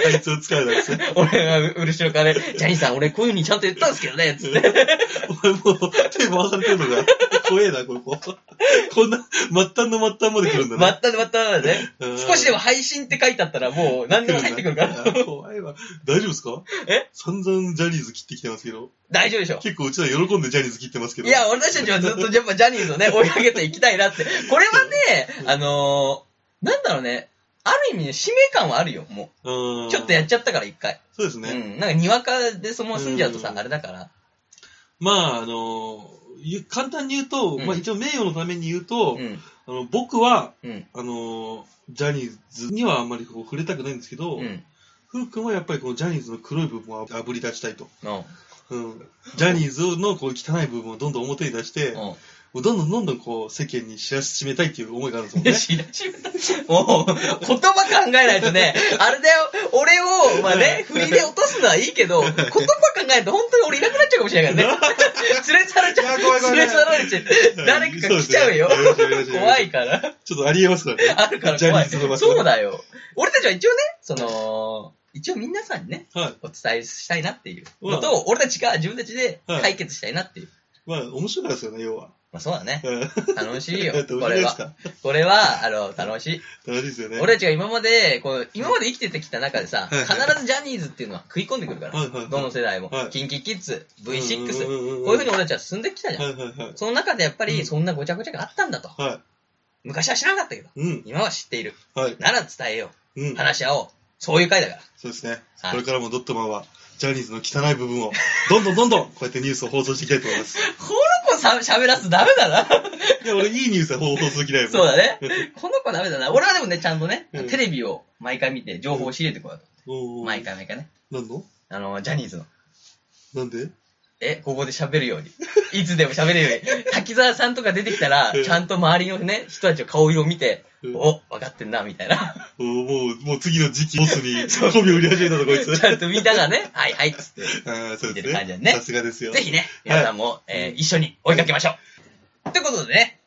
[SPEAKER 3] あいつを使うな、 つって。
[SPEAKER 2] 俺がう後ろからね、ジャニーさん、俺こういう風にちゃんと言ったんですけどね、つって。
[SPEAKER 3] 俺もう手回されてんのか。怖えな、ここ。こんな、末端の末端まで来るんだ
[SPEAKER 2] ま
[SPEAKER 3] ね。
[SPEAKER 2] ったね、まったねだね。
[SPEAKER 3] うん
[SPEAKER 2] 少しでも配信って書いてあったら、もう何でも入ってくるから。
[SPEAKER 3] いや怖いわ。大丈夫ですか
[SPEAKER 2] え
[SPEAKER 3] 散々ジャニーズ切ってきてますけど。
[SPEAKER 2] 大丈夫でしょ。
[SPEAKER 3] 結構うちら喜んでジャニーズ切ってますけど。
[SPEAKER 2] いや、俺たちたちはずっとやっぱジャニーズを ね、追いかけていきたいなって。これはね
[SPEAKER 3] う、ん
[SPEAKER 2] あのー、なんだろうね、ある意味ね、使命感はあるよ、も
[SPEAKER 3] う
[SPEAKER 2] う。
[SPEAKER 3] ん。
[SPEAKER 2] ちょっとやっちゃったから、一回。
[SPEAKER 3] そうです
[SPEAKER 2] う
[SPEAKER 3] ね。
[SPEAKER 2] ん。なんか、にわかでそのまま済んじゃうとさ
[SPEAKER 3] う、ん
[SPEAKER 2] あれだから。
[SPEAKER 3] まあ、あの、ゆ簡単に言うと、
[SPEAKER 2] うん
[SPEAKER 3] まあ一応名誉のために言うと、
[SPEAKER 2] うん。
[SPEAKER 3] あの僕は、
[SPEAKER 2] うん。
[SPEAKER 3] あの、ジャニーズにはあんまりこう触れたくないんですけど、
[SPEAKER 2] うん。
[SPEAKER 3] ふうくんはやっぱりこのジャニーズの黒い部分をあぶり出したいと。
[SPEAKER 2] の、
[SPEAKER 3] うん。ジャニーズのこう汚い部分をどんどん表に出して、も
[SPEAKER 2] も
[SPEAKER 3] うどんどんどんどんこう世間に知らしめたいっていう思いがあるんです
[SPEAKER 2] う
[SPEAKER 3] も
[SPEAKER 2] ん
[SPEAKER 3] ね。
[SPEAKER 2] 知らしめたもう、言葉考えないとね、あれだよ、俺を、まあね、振りで落とすのはいいけど、言葉考えると本当に俺いなくなっちゃうかもしれない からね。連れ去られちゃう。
[SPEAKER 3] いや怖い怖い
[SPEAKER 2] 連れ去られちゃう。 誰かが来ちゃうよ。
[SPEAKER 3] そうですね
[SPEAKER 2] 怖。いから。
[SPEAKER 3] ちょっとありえますからね。
[SPEAKER 2] あるから
[SPEAKER 3] ジャニ
[SPEAKER 2] 怖
[SPEAKER 3] ー
[SPEAKER 2] い。
[SPEAKER 3] ズの場所
[SPEAKER 2] そうだよ。俺たちは一応ね、その、一応皆さんにね、
[SPEAKER 3] はい。
[SPEAKER 2] お伝えしたいなっていうことを、俺たちが自分たちで解決したいなっていう。
[SPEAKER 3] まあ、面白いですよね、要は。
[SPEAKER 2] まあそうだね。
[SPEAKER 3] うん
[SPEAKER 2] 楽し いよ。
[SPEAKER 3] 面
[SPEAKER 2] こ
[SPEAKER 3] 白い
[SPEAKER 2] れ
[SPEAKER 3] で
[SPEAKER 2] は
[SPEAKER 3] す。か
[SPEAKER 2] これは、あの、楽しい。
[SPEAKER 3] 楽しいですよね。
[SPEAKER 2] 俺たちが今まで、こう、今まで生きてきた中でさ、
[SPEAKER 3] はいはい
[SPEAKER 2] 必ずジャニーズっていうのは食い込んでくるから
[SPEAKER 3] はいはいはい、
[SPEAKER 2] どの世代も
[SPEAKER 3] はい。
[SPEAKER 2] キンキキッズ、
[SPEAKER 3] うん
[SPEAKER 2] V6、こ
[SPEAKER 3] うんうん
[SPEAKER 2] う
[SPEAKER 3] うん
[SPEAKER 2] いうふうに俺たちは進んできたじゃん。
[SPEAKER 3] はいはいはい。
[SPEAKER 2] その中でやっぱ
[SPEAKER 3] うん
[SPEAKER 2] り、そんなごちゃごちゃがあったんだと。
[SPEAKER 3] は
[SPEAKER 2] 昔は知らなかったけど、
[SPEAKER 3] い。うん。
[SPEAKER 2] 今は知っている。
[SPEAKER 3] はい。
[SPEAKER 2] なら伝えよ
[SPEAKER 3] うん
[SPEAKER 2] う。。話し合おう。そういう回だから。
[SPEAKER 3] そうですね。
[SPEAKER 2] はい
[SPEAKER 3] これからもドットマンは、ジャニーズの汚い部分を、どんどんどんどん、こうやってニュースを放送していきたいと思います。
[SPEAKER 2] この子さ、喋らすとダメだな。
[SPEAKER 3] いや、俺、いいニュースは放送する気だよ。
[SPEAKER 2] そうだね。この子ダメだな。俺はでもね、ちゃんとね、
[SPEAKER 3] うん
[SPEAKER 2] テレビを毎回見て、情報を仕入れてこよ
[SPEAKER 3] お
[SPEAKER 2] う。
[SPEAKER 3] ー
[SPEAKER 2] 毎。回毎回ね。
[SPEAKER 3] なんの
[SPEAKER 2] あの、ジャニーズの。
[SPEAKER 3] なんで
[SPEAKER 2] え、ここで喋るように。いつでも喋れる ように。滝沢さんとか出てきたら
[SPEAKER 3] うん、
[SPEAKER 2] ちゃんと周りのね、人たちの顔色を見て、
[SPEAKER 3] うん
[SPEAKER 2] お、分かってんな、みたいな。
[SPEAKER 3] おーもう、もう次の時期、ボスに、コビを売り始めたぞ、こいつ。
[SPEAKER 2] ちゃんと見たがね、はいはい、つって。
[SPEAKER 3] ああ、そうで
[SPEAKER 2] 見てる感じだ
[SPEAKER 3] す
[SPEAKER 2] ね
[SPEAKER 3] ね。さすがですよ。
[SPEAKER 2] ぜひね、皆さんも、えー一緒に追いかけましょう。ということでね、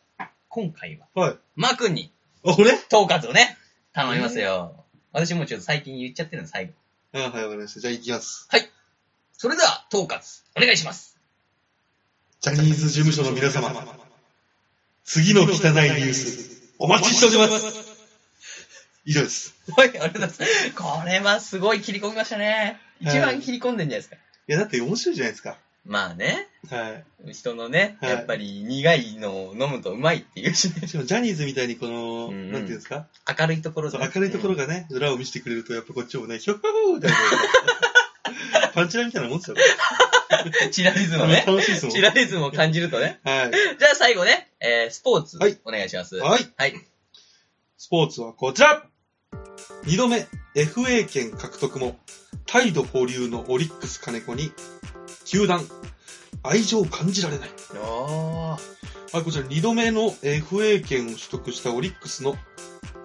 [SPEAKER 2] 今回は、
[SPEAKER 3] はい。
[SPEAKER 2] マー君に、
[SPEAKER 3] あ、俺
[SPEAKER 2] 統括をね、頼みますよ。私もちょっと最近言っちゃってるの、最後。
[SPEAKER 3] あはい、わかりました。じゃあ行きます。
[SPEAKER 2] それでは、統括、お願いします。
[SPEAKER 3] ジャニーズ事務所の皆様、次の汚いニュース、お待ちしております。以上です。
[SPEAKER 2] はい、ありがとうございます。これはすごい切り込みましたね。一番切り込んでんじゃないですか。
[SPEAKER 3] いや、だって面白いじゃないですか。
[SPEAKER 2] まあね、
[SPEAKER 3] はい。
[SPEAKER 2] 人のね、
[SPEAKER 3] はい
[SPEAKER 2] やっぱり苦いのを飲むとうまいっていうしね、
[SPEAKER 3] しかもジャニーズみたいにこの、
[SPEAKER 2] うんうん
[SPEAKER 3] なんていうんですか
[SPEAKER 2] 明るいところ
[SPEAKER 3] そ
[SPEAKER 2] で
[SPEAKER 3] う明るいところ
[SPEAKER 2] が。
[SPEAKER 3] がね、裏を見せてくれると、やっぱこっちもね、ひょっほーみたい な。パンチラみたいなもんです
[SPEAKER 2] う
[SPEAKER 3] よ。
[SPEAKER 2] んチラリズムね。
[SPEAKER 3] 楽しいですも
[SPEAKER 2] チ
[SPEAKER 3] ん。
[SPEAKER 2] ラリズムを感じるとね。
[SPEAKER 3] はい。
[SPEAKER 2] じゃあ最後ね、えースポーツ
[SPEAKER 3] はい、
[SPEAKER 2] お願いします。
[SPEAKER 3] はい。
[SPEAKER 2] はい。
[SPEAKER 3] スポーツはこちら二度目、FA 権獲得も、態度保留のオリックス金子に、球団、愛情を感じられない。
[SPEAKER 2] あ
[SPEAKER 3] はい、こちら2度目の FA 権を取得したオリックスの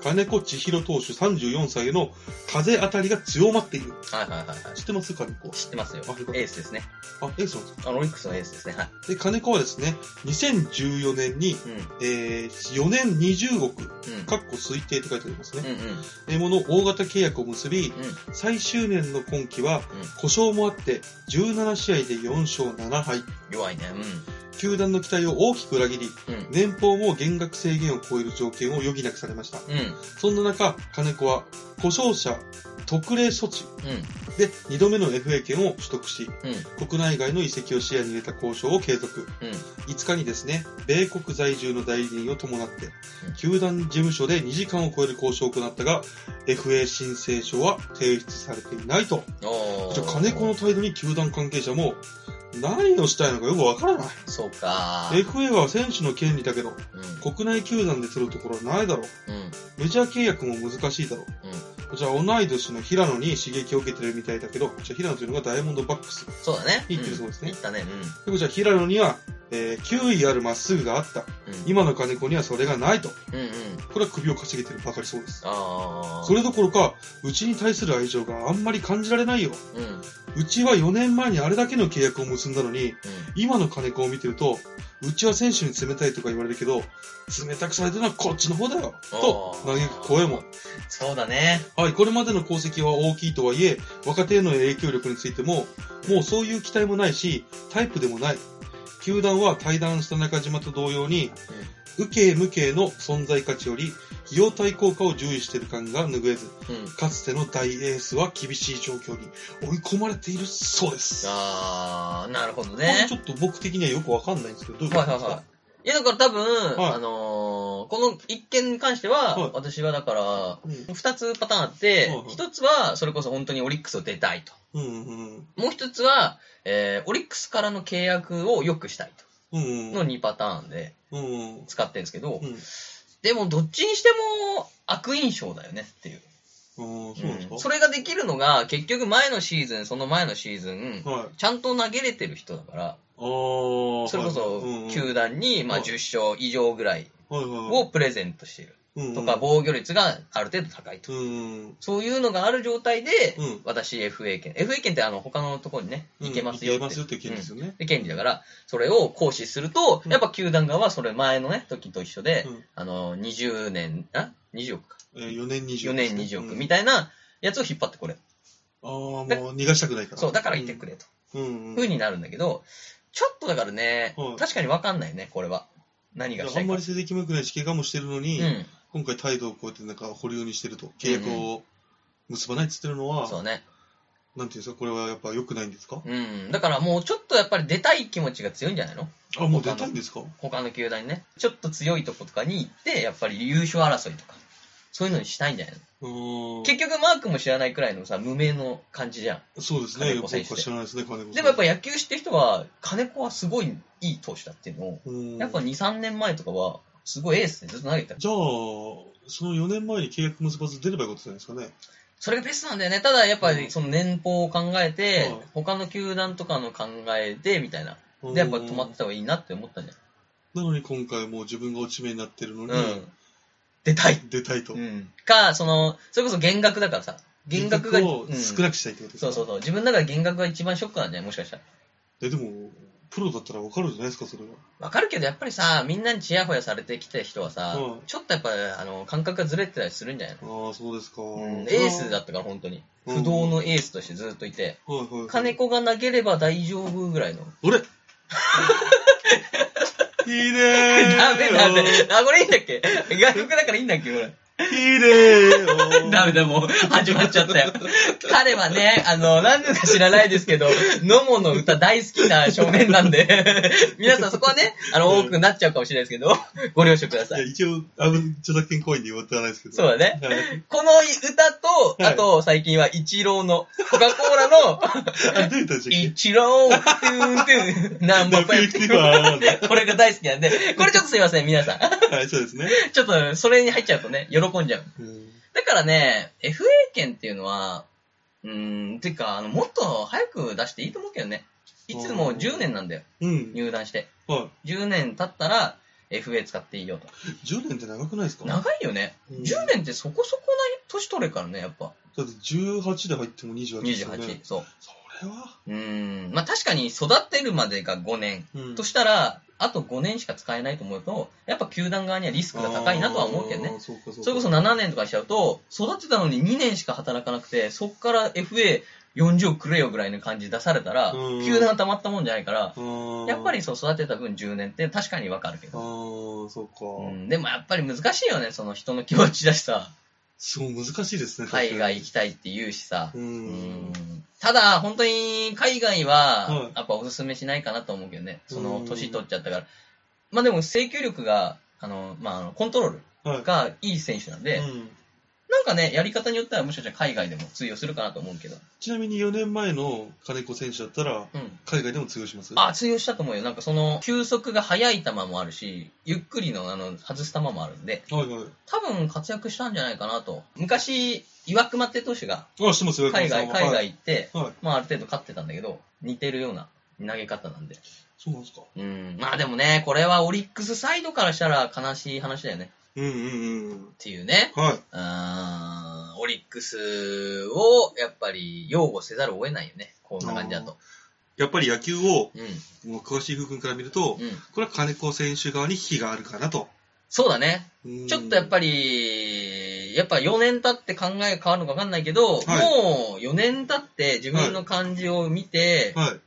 [SPEAKER 3] 金子千尋投手34歳への風当たりが強まっている。
[SPEAKER 2] あ。はいはいはいはい。
[SPEAKER 3] 知ってます金子。
[SPEAKER 2] 知ってますよ
[SPEAKER 3] あそう。か
[SPEAKER 2] エースですね。
[SPEAKER 3] あ、ええそうです
[SPEAKER 2] あの、オリックスのエースですね。はい。
[SPEAKER 3] で、金子はですね、2014年に、
[SPEAKER 2] うん。うん。
[SPEAKER 3] えー、4年20億、かっこ推定と書いてありますね。
[SPEAKER 2] うんうん。
[SPEAKER 3] えーもの大型契約を結び、
[SPEAKER 2] うん。
[SPEAKER 3] 最終年の今季は
[SPEAKER 2] うん、
[SPEAKER 3] 故障もあって、17試合で4勝7敗。
[SPEAKER 2] 弱いね。
[SPEAKER 3] 球団の期待を大きく裏切り、
[SPEAKER 2] うん。うん。
[SPEAKER 3] 年俸も減額制限を超える条件を余儀なくされました。
[SPEAKER 2] うん。
[SPEAKER 3] そんな中、金子は、故障者特例措置
[SPEAKER 2] うん。
[SPEAKER 3] で2度目の FA 権を取得し、
[SPEAKER 2] うん。
[SPEAKER 3] 国内外の移籍を視野に入れた交渉を継続。
[SPEAKER 2] うん。
[SPEAKER 3] 5日にですね、米国在住の代理人を伴って
[SPEAKER 2] うん、
[SPEAKER 3] 球団事務所で2時間を超える交渉を行ったが、FA 申請書は提出されていないと。
[SPEAKER 2] おー
[SPEAKER 3] じゃあ金子の態度に球団関係者も、何をしたいのかよくわからない。
[SPEAKER 2] そうか。
[SPEAKER 3] FA は選手の権利だけど、
[SPEAKER 2] うん。
[SPEAKER 3] 国内球団で釣るところはないだろう。
[SPEAKER 2] うん。
[SPEAKER 3] メジャー契約も難しいだろう。じゃあ同い年の平野に刺激を受けてるみたいだけど、じゃあ平野というのがダイヤモンドバックス。
[SPEAKER 2] そうだね。
[SPEAKER 3] いいっていうそうですね
[SPEAKER 2] うんいったね。
[SPEAKER 3] でもじゃあ平野には、えー、球威あるまっすぐがあった。
[SPEAKER 2] うん。うん。
[SPEAKER 3] 今の金子にはそれがないと。
[SPEAKER 2] うんうん。
[SPEAKER 3] これは首をかしげてるばかりそうです。
[SPEAKER 2] ああ。
[SPEAKER 3] それどころか、うちに対する愛情があんまり感じられないよ。
[SPEAKER 2] うん。うん。
[SPEAKER 3] うちは4年前にあれだけの契約を結んだのに、今の金子を見てると、うちは選手に冷たいとか言われるけど、冷たくされてるのはこっちの方だよ。と、
[SPEAKER 2] あー
[SPEAKER 3] 嘆く声も。
[SPEAKER 2] そうだね。
[SPEAKER 3] はい、これまでの功績は大きいとはいえ、若手への影響力についても、もうそういう期待もないし、タイプでもない。球団は対談した中島と同様に、右傾無形の存在価値より、費用対効果を重視している感が拭えず、
[SPEAKER 2] うん。
[SPEAKER 3] かつての大エースは厳しい状況に追い込まれているそうです。
[SPEAKER 2] ああ、なるほど
[SPEAKER 3] これ
[SPEAKER 2] ね
[SPEAKER 3] ち。ょっと僕的にはよくわかんないんですけど、どういうこ
[SPEAKER 2] は
[SPEAKER 3] と
[SPEAKER 2] いは
[SPEAKER 3] です
[SPEAKER 2] い
[SPEAKER 3] か、
[SPEAKER 2] はい。いや、だから多分、
[SPEAKER 3] はい
[SPEAKER 2] あのーこの一件に関しては、
[SPEAKER 3] はい
[SPEAKER 2] 私はだから、
[SPEAKER 3] うん
[SPEAKER 2] 二つパターンあって
[SPEAKER 3] はいは、い
[SPEAKER 2] 一、つは、それこそ本当にオリックスを出たいと。
[SPEAKER 3] うんうん
[SPEAKER 2] もう一つは、えー、オリックスからの契約を良くしたい
[SPEAKER 3] うん
[SPEAKER 2] と。
[SPEAKER 3] うんう
[SPEAKER 2] の
[SPEAKER 3] ん
[SPEAKER 2] 2パターンで
[SPEAKER 3] うん
[SPEAKER 2] 使ってるんですけど、
[SPEAKER 3] うん
[SPEAKER 2] でもどっちにしても悪印象だよねっていう。
[SPEAKER 3] そうなんですか、
[SPEAKER 2] うんそれができるのが、結局前のシーズン、その前のシーズン、
[SPEAKER 3] はい。あ
[SPEAKER 2] ちゃんと投げれてる人だから、
[SPEAKER 3] ー
[SPEAKER 2] それこ
[SPEAKER 3] はいうんう
[SPEAKER 2] そ
[SPEAKER 3] ん
[SPEAKER 2] 球団に、まあ、
[SPEAKER 3] はい
[SPEAKER 2] 10勝以上ぐらい
[SPEAKER 3] はいはいはい
[SPEAKER 2] をプレゼントしている。と
[SPEAKER 3] と
[SPEAKER 2] か、防御率がある程度高いと。
[SPEAKER 3] うん。
[SPEAKER 2] そういうのがある状態で、
[SPEAKER 3] うん
[SPEAKER 2] 私 FA 権。FA 権ってあの他のところにね、行けますよ
[SPEAKER 3] い
[SPEAKER 2] っ
[SPEAKER 3] け
[SPEAKER 2] て。
[SPEAKER 3] ますよって権利ですよね。
[SPEAKER 2] で権利だから、それを行使すると、
[SPEAKER 3] うん
[SPEAKER 2] やっぱ球団側はそれ前のね、時と一緒で、
[SPEAKER 3] うん
[SPEAKER 2] あの、20年、あ ?20 億か。
[SPEAKER 3] えー4年20億。
[SPEAKER 2] 4年20億み
[SPEAKER 3] たい
[SPEAKER 2] たいなやつを引っ張ってこれ。
[SPEAKER 3] な。ああ、もう逃がしたくないから。
[SPEAKER 2] そう、だから言ってく
[SPEAKER 3] れ。
[SPEAKER 2] れと。
[SPEAKER 3] うん。
[SPEAKER 2] ふう
[SPEAKER 3] に
[SPEAKER 2] になるんだけど、ちょっとだからね
[SPEAKER 3] はい、
[SPEAKER 2] 確かにわかんないね、これは。何がした
[SPEAKER 3] あ
[SPEAKER 2] い
[SPEAKER 3] ん
[SPEAKER 2] か。
[SPEAKER 3] まり成績も良くないし、怪我もしてるのに、
[SPEAKER 2] うん、
[SPEAKER 3] 今回態度をこうやってなんか保留にしてると。契約を結ばないって言ってるのは、
[SPEAKER 2] そうね。
[SPEAKER 3] なんていうんですか、これはやっぱ良くないんですか
[SPEAKER 2] うん。だからもうちょっとやっぱり出たい気持ちが強いんじゃないの
[SPEAKER 3] あ、もう出たいんですか
[SPEAKER 2] 他の球団にね。ちょっと強いとことかに行って、やっぱり優勝争いとか、そういうのにしたいんじゃないの
[SPEAKER 3] うーん。
[SPEAKER 2] 結局マークも知らないくらいのさ、無名の感じじゃん。
[SPEAKER 3] そうですね。
[SPEAKER 2] 金
[SPEAKER 3] 僕
[SPEAKER 2] 子
[SPEAKER 3] は
[SPEAKER 2] 選手
[SPEAKER 3] 知らないですね、金子選手
[SPEAKER 2] でもやっぱ野球してる人は、金子はすごいいい投手だっていうのを、
[SPEAKER 3] うん
[SPEAKER 2] やっぱ2、3年前とかは、すごいエースでずっと投げてた。
[SPEAKER 3] じゃあ、その4年前に契約結ばず出ればよかったじゃないですかね。
[SPEAKER 2] それがベストなんだよね。ただやっぱ
[SPEAKER 3] う
[SPEAKER 2] り
[SPEAKER 3] ん
[SPEAKER 2] その年俸を考えて
[SPEAKER 3] うん、
[SPEAKER 2] 他の球団とかの考えで、みたいな。
[SPEAKER 3] うん
[SPEAKER 2] で、やっぱ止まってた方がいいなって思ったんじ
[SPEAKER 3] なのに今回もう自分が落ち目になってるの
[SPEAKER 2] ゃ
[SPEAKER 3] に
[SPEAKER 2] ない、うん。出たい。
[SPEAKER 3] 出たいと。
[SPEAKER 2] うん。か、その、それこそ減額だからさ。減額が、
[SPEAKER 3] 人口を少
[SPEAKER 2] い。
[SPEAKER 3] なくしたいってことです
[SPEAKER 2] そう
[SPEAKER 3] か、
[SPEAKER 2] そうそう。自分の中で減額が一番ショックなんじゃないもしかしたら。
[SPEAKER 3] えでもプロだったらわかるじゃないですかそれは
[SPEAKER 2] わかるけど、やっぱりさ、みんなにチヤホヤされてきた人はさ、
[SPEAKER 3] うん
[SPEAKER 2] ちょっとやっぱ、あの、感覚がずれてたりするんじゃないの
[SPEAKER 3] ああそうですか、
[SPEAKER 2] うんエースだったから、本当に。不動のエースとしてずっといて、
[SPEAKER 3] はいはいはい
[SPEAKER 2] 金子が投げれば大丈夫ぐらいの。
[SPEAKER 3] 俺いいねー
[SPEAKER 2] ダメだって。あ、これいいんだっけ外国だからいいんだっけこれ。
[SPEAKER 3] ひでよ。
[SPEAKER 2] ダメだ、もう、始まっちゃったよ。彼はね、あの、なんでか知らないですけど、ノモの歌大好きな少年なんで、 皆さんそこはね、あの、多くなっちゃうかもしれないですけど、ご了承くださ
[SPEAKER 3] いや、
[SPEAKER 2] い。
[SPEAKER 3] 一応、あの、著作権行為で言ってはないですけど。
[SPEAKER 2] そうだね。
[SPEAKER 3] はい
[SPEAKER 2] この歌と、
[SPEAKER 3] はい
[SPEAKER 2] あと、最近は、イチローの、コカ・コーラの、
[SPEAKER 3] あ、どう言ったんでしたっ
[SPEAKER 2] イチロー、トゥントゥン、ナンバーファイブトゥンこれが大好きなんで、これちょっとすいません、皆さん。
[SPEAKER 3] けはい、そうですね。
[SPEAKER 2] ちょっと、それに入っちゃうとね、喜んじゃう。
[SPEAKER 3] うん
[SPEAKER 2] だからね、FA 権っていうのは、うーん、てか、あの、もっと早く出していいと思うけどね。いつも10年なんだよ、
[SPEAKER 3] うん。
[SPEAKER 2] 入団して。
[SPEAKER 3] は
[SPEAKER 2] 10年経ったら、FA 使っていいよと。
[SPEAKER 3] い。10年って長くないですか
[SPEAKER 2] 長いよね。
[SPEAKER 3] うん
[SPEAKER 2] 10年ってそこそこな年取れからね、やっぱ。
[SPEAKER 3] だって18で入っても28ですよね。
[SPEAKER 2] 28。そう。
[SPEAKER 3] それは、
[SPEAKER 2] うーん。まあ確かに育てるまでが5年。
[SPEAKER 3] うん
[SPEAKER 2] としたら、あと5年しか使えないと思うと、やっぱ球団側にはリスクが高いなとは思うけどね
[SPEAKER 3] あ。ーそうかそうか
[SPEAKER 2] それこそ7年とかにしちゃうと、育てたのに2年しか働かなくて、そっから FA40 億くれよぐらいの感じ出されたら
[SPEAKER 3] うん、
[SPEAKER 2] 球団が溜まったもんじゃないから、
[SPEAKER 3] うん
[SPEAKER 2] やっぱりそう育てた分10年って確かにわかるけ
[SPEAKER 3] あ
[SPEAKER 2] ど。
[SPEAKER 3] ーそうか、
[SPEAKER 2] うん、でもやっぱり難しいよね、その人の気持ちだしさ、
[SPEAKER 3] そう難しいですね
[SPEAKER 2] 海外行
[SPEAKER 3] き
[SPEAKER 2] きたいって言うしさ。
[SPEAKER 3] う
[SPEAKER 2] うんんただ、本当に海外
[SPEAKER 3] は、
[SPEAKER 2] はいやっぱおすすめしないかなと思うけどね。その
[SPEAKER 3] うん
[SPEAKER 2] 年取っちゃったから。まあでも、制球力が、あの、まああの、コントロール
[SPEAKER 3] はい
[SPEAKER 2] がいい選手なんで、
[SPEAKER 3] うん
[SPEAKER 2] なんかね、やり方によってはもしかしたら海外でも通用するかなと思うけど。
[SPEAKER 3] ちなみに4年前の金子選手だったら
[SPEAKER 2] うん。
[SPEAKER 3] 海外でも通用します
[SPEAKER 2] あ、通用したと思うよ。なんかその、球速が速い球もあるし、ゆっくりの、あの、外す球もあるんで、
[SPEAKER 3] はいはい
[SPEAKER 2] 多分活躍したんじゃないかなと。昔、岩隈って投手が、
[SPEAKER 3] あしてますよ
[SPEAKER 2] 海外、海
[SPEAKER 3] はい、
[SPEAKER 2] 外行って、
[SPEAKER 3] はい、
[SPEAKER 2] まあある程度勝ってたんだけど、似てるような投げ方なんで。
[SPEAKER 3] そうなんですか
[SPEAKER 2] うん。まあでもね、これはオリックスサイドからしたら悲しい話だよね。
[SPEAKER 3] うんうんうん
[SPEAKER 2] っていうね。
[SPEAKER 3] はい、
[SPEAKER 2] うーん。オリックスを、やっぱり、擁護せざるを得ないよね。こんな感じだと。
[SPEAKER 3] やっぱり野球を
[SPEAKER 2] うん。
[SPEAKER 3] もう詳しい部分から見ると、
[SPEAKER 2] うん。
[SPEAKER 3] これは金子選手側に非があるかなと、
[SPEAKER 2] そうだね。
[SPEAKER 3] うん
[SPEAKER 2] ちょっとやっぱり、やっぱ4年経って考えが変わるのか分かんないけど、
[SPEAKER 3] はい
[SPEAKER 2] もう4年経って自分の感じを見て、
[SPEAKER 3] はい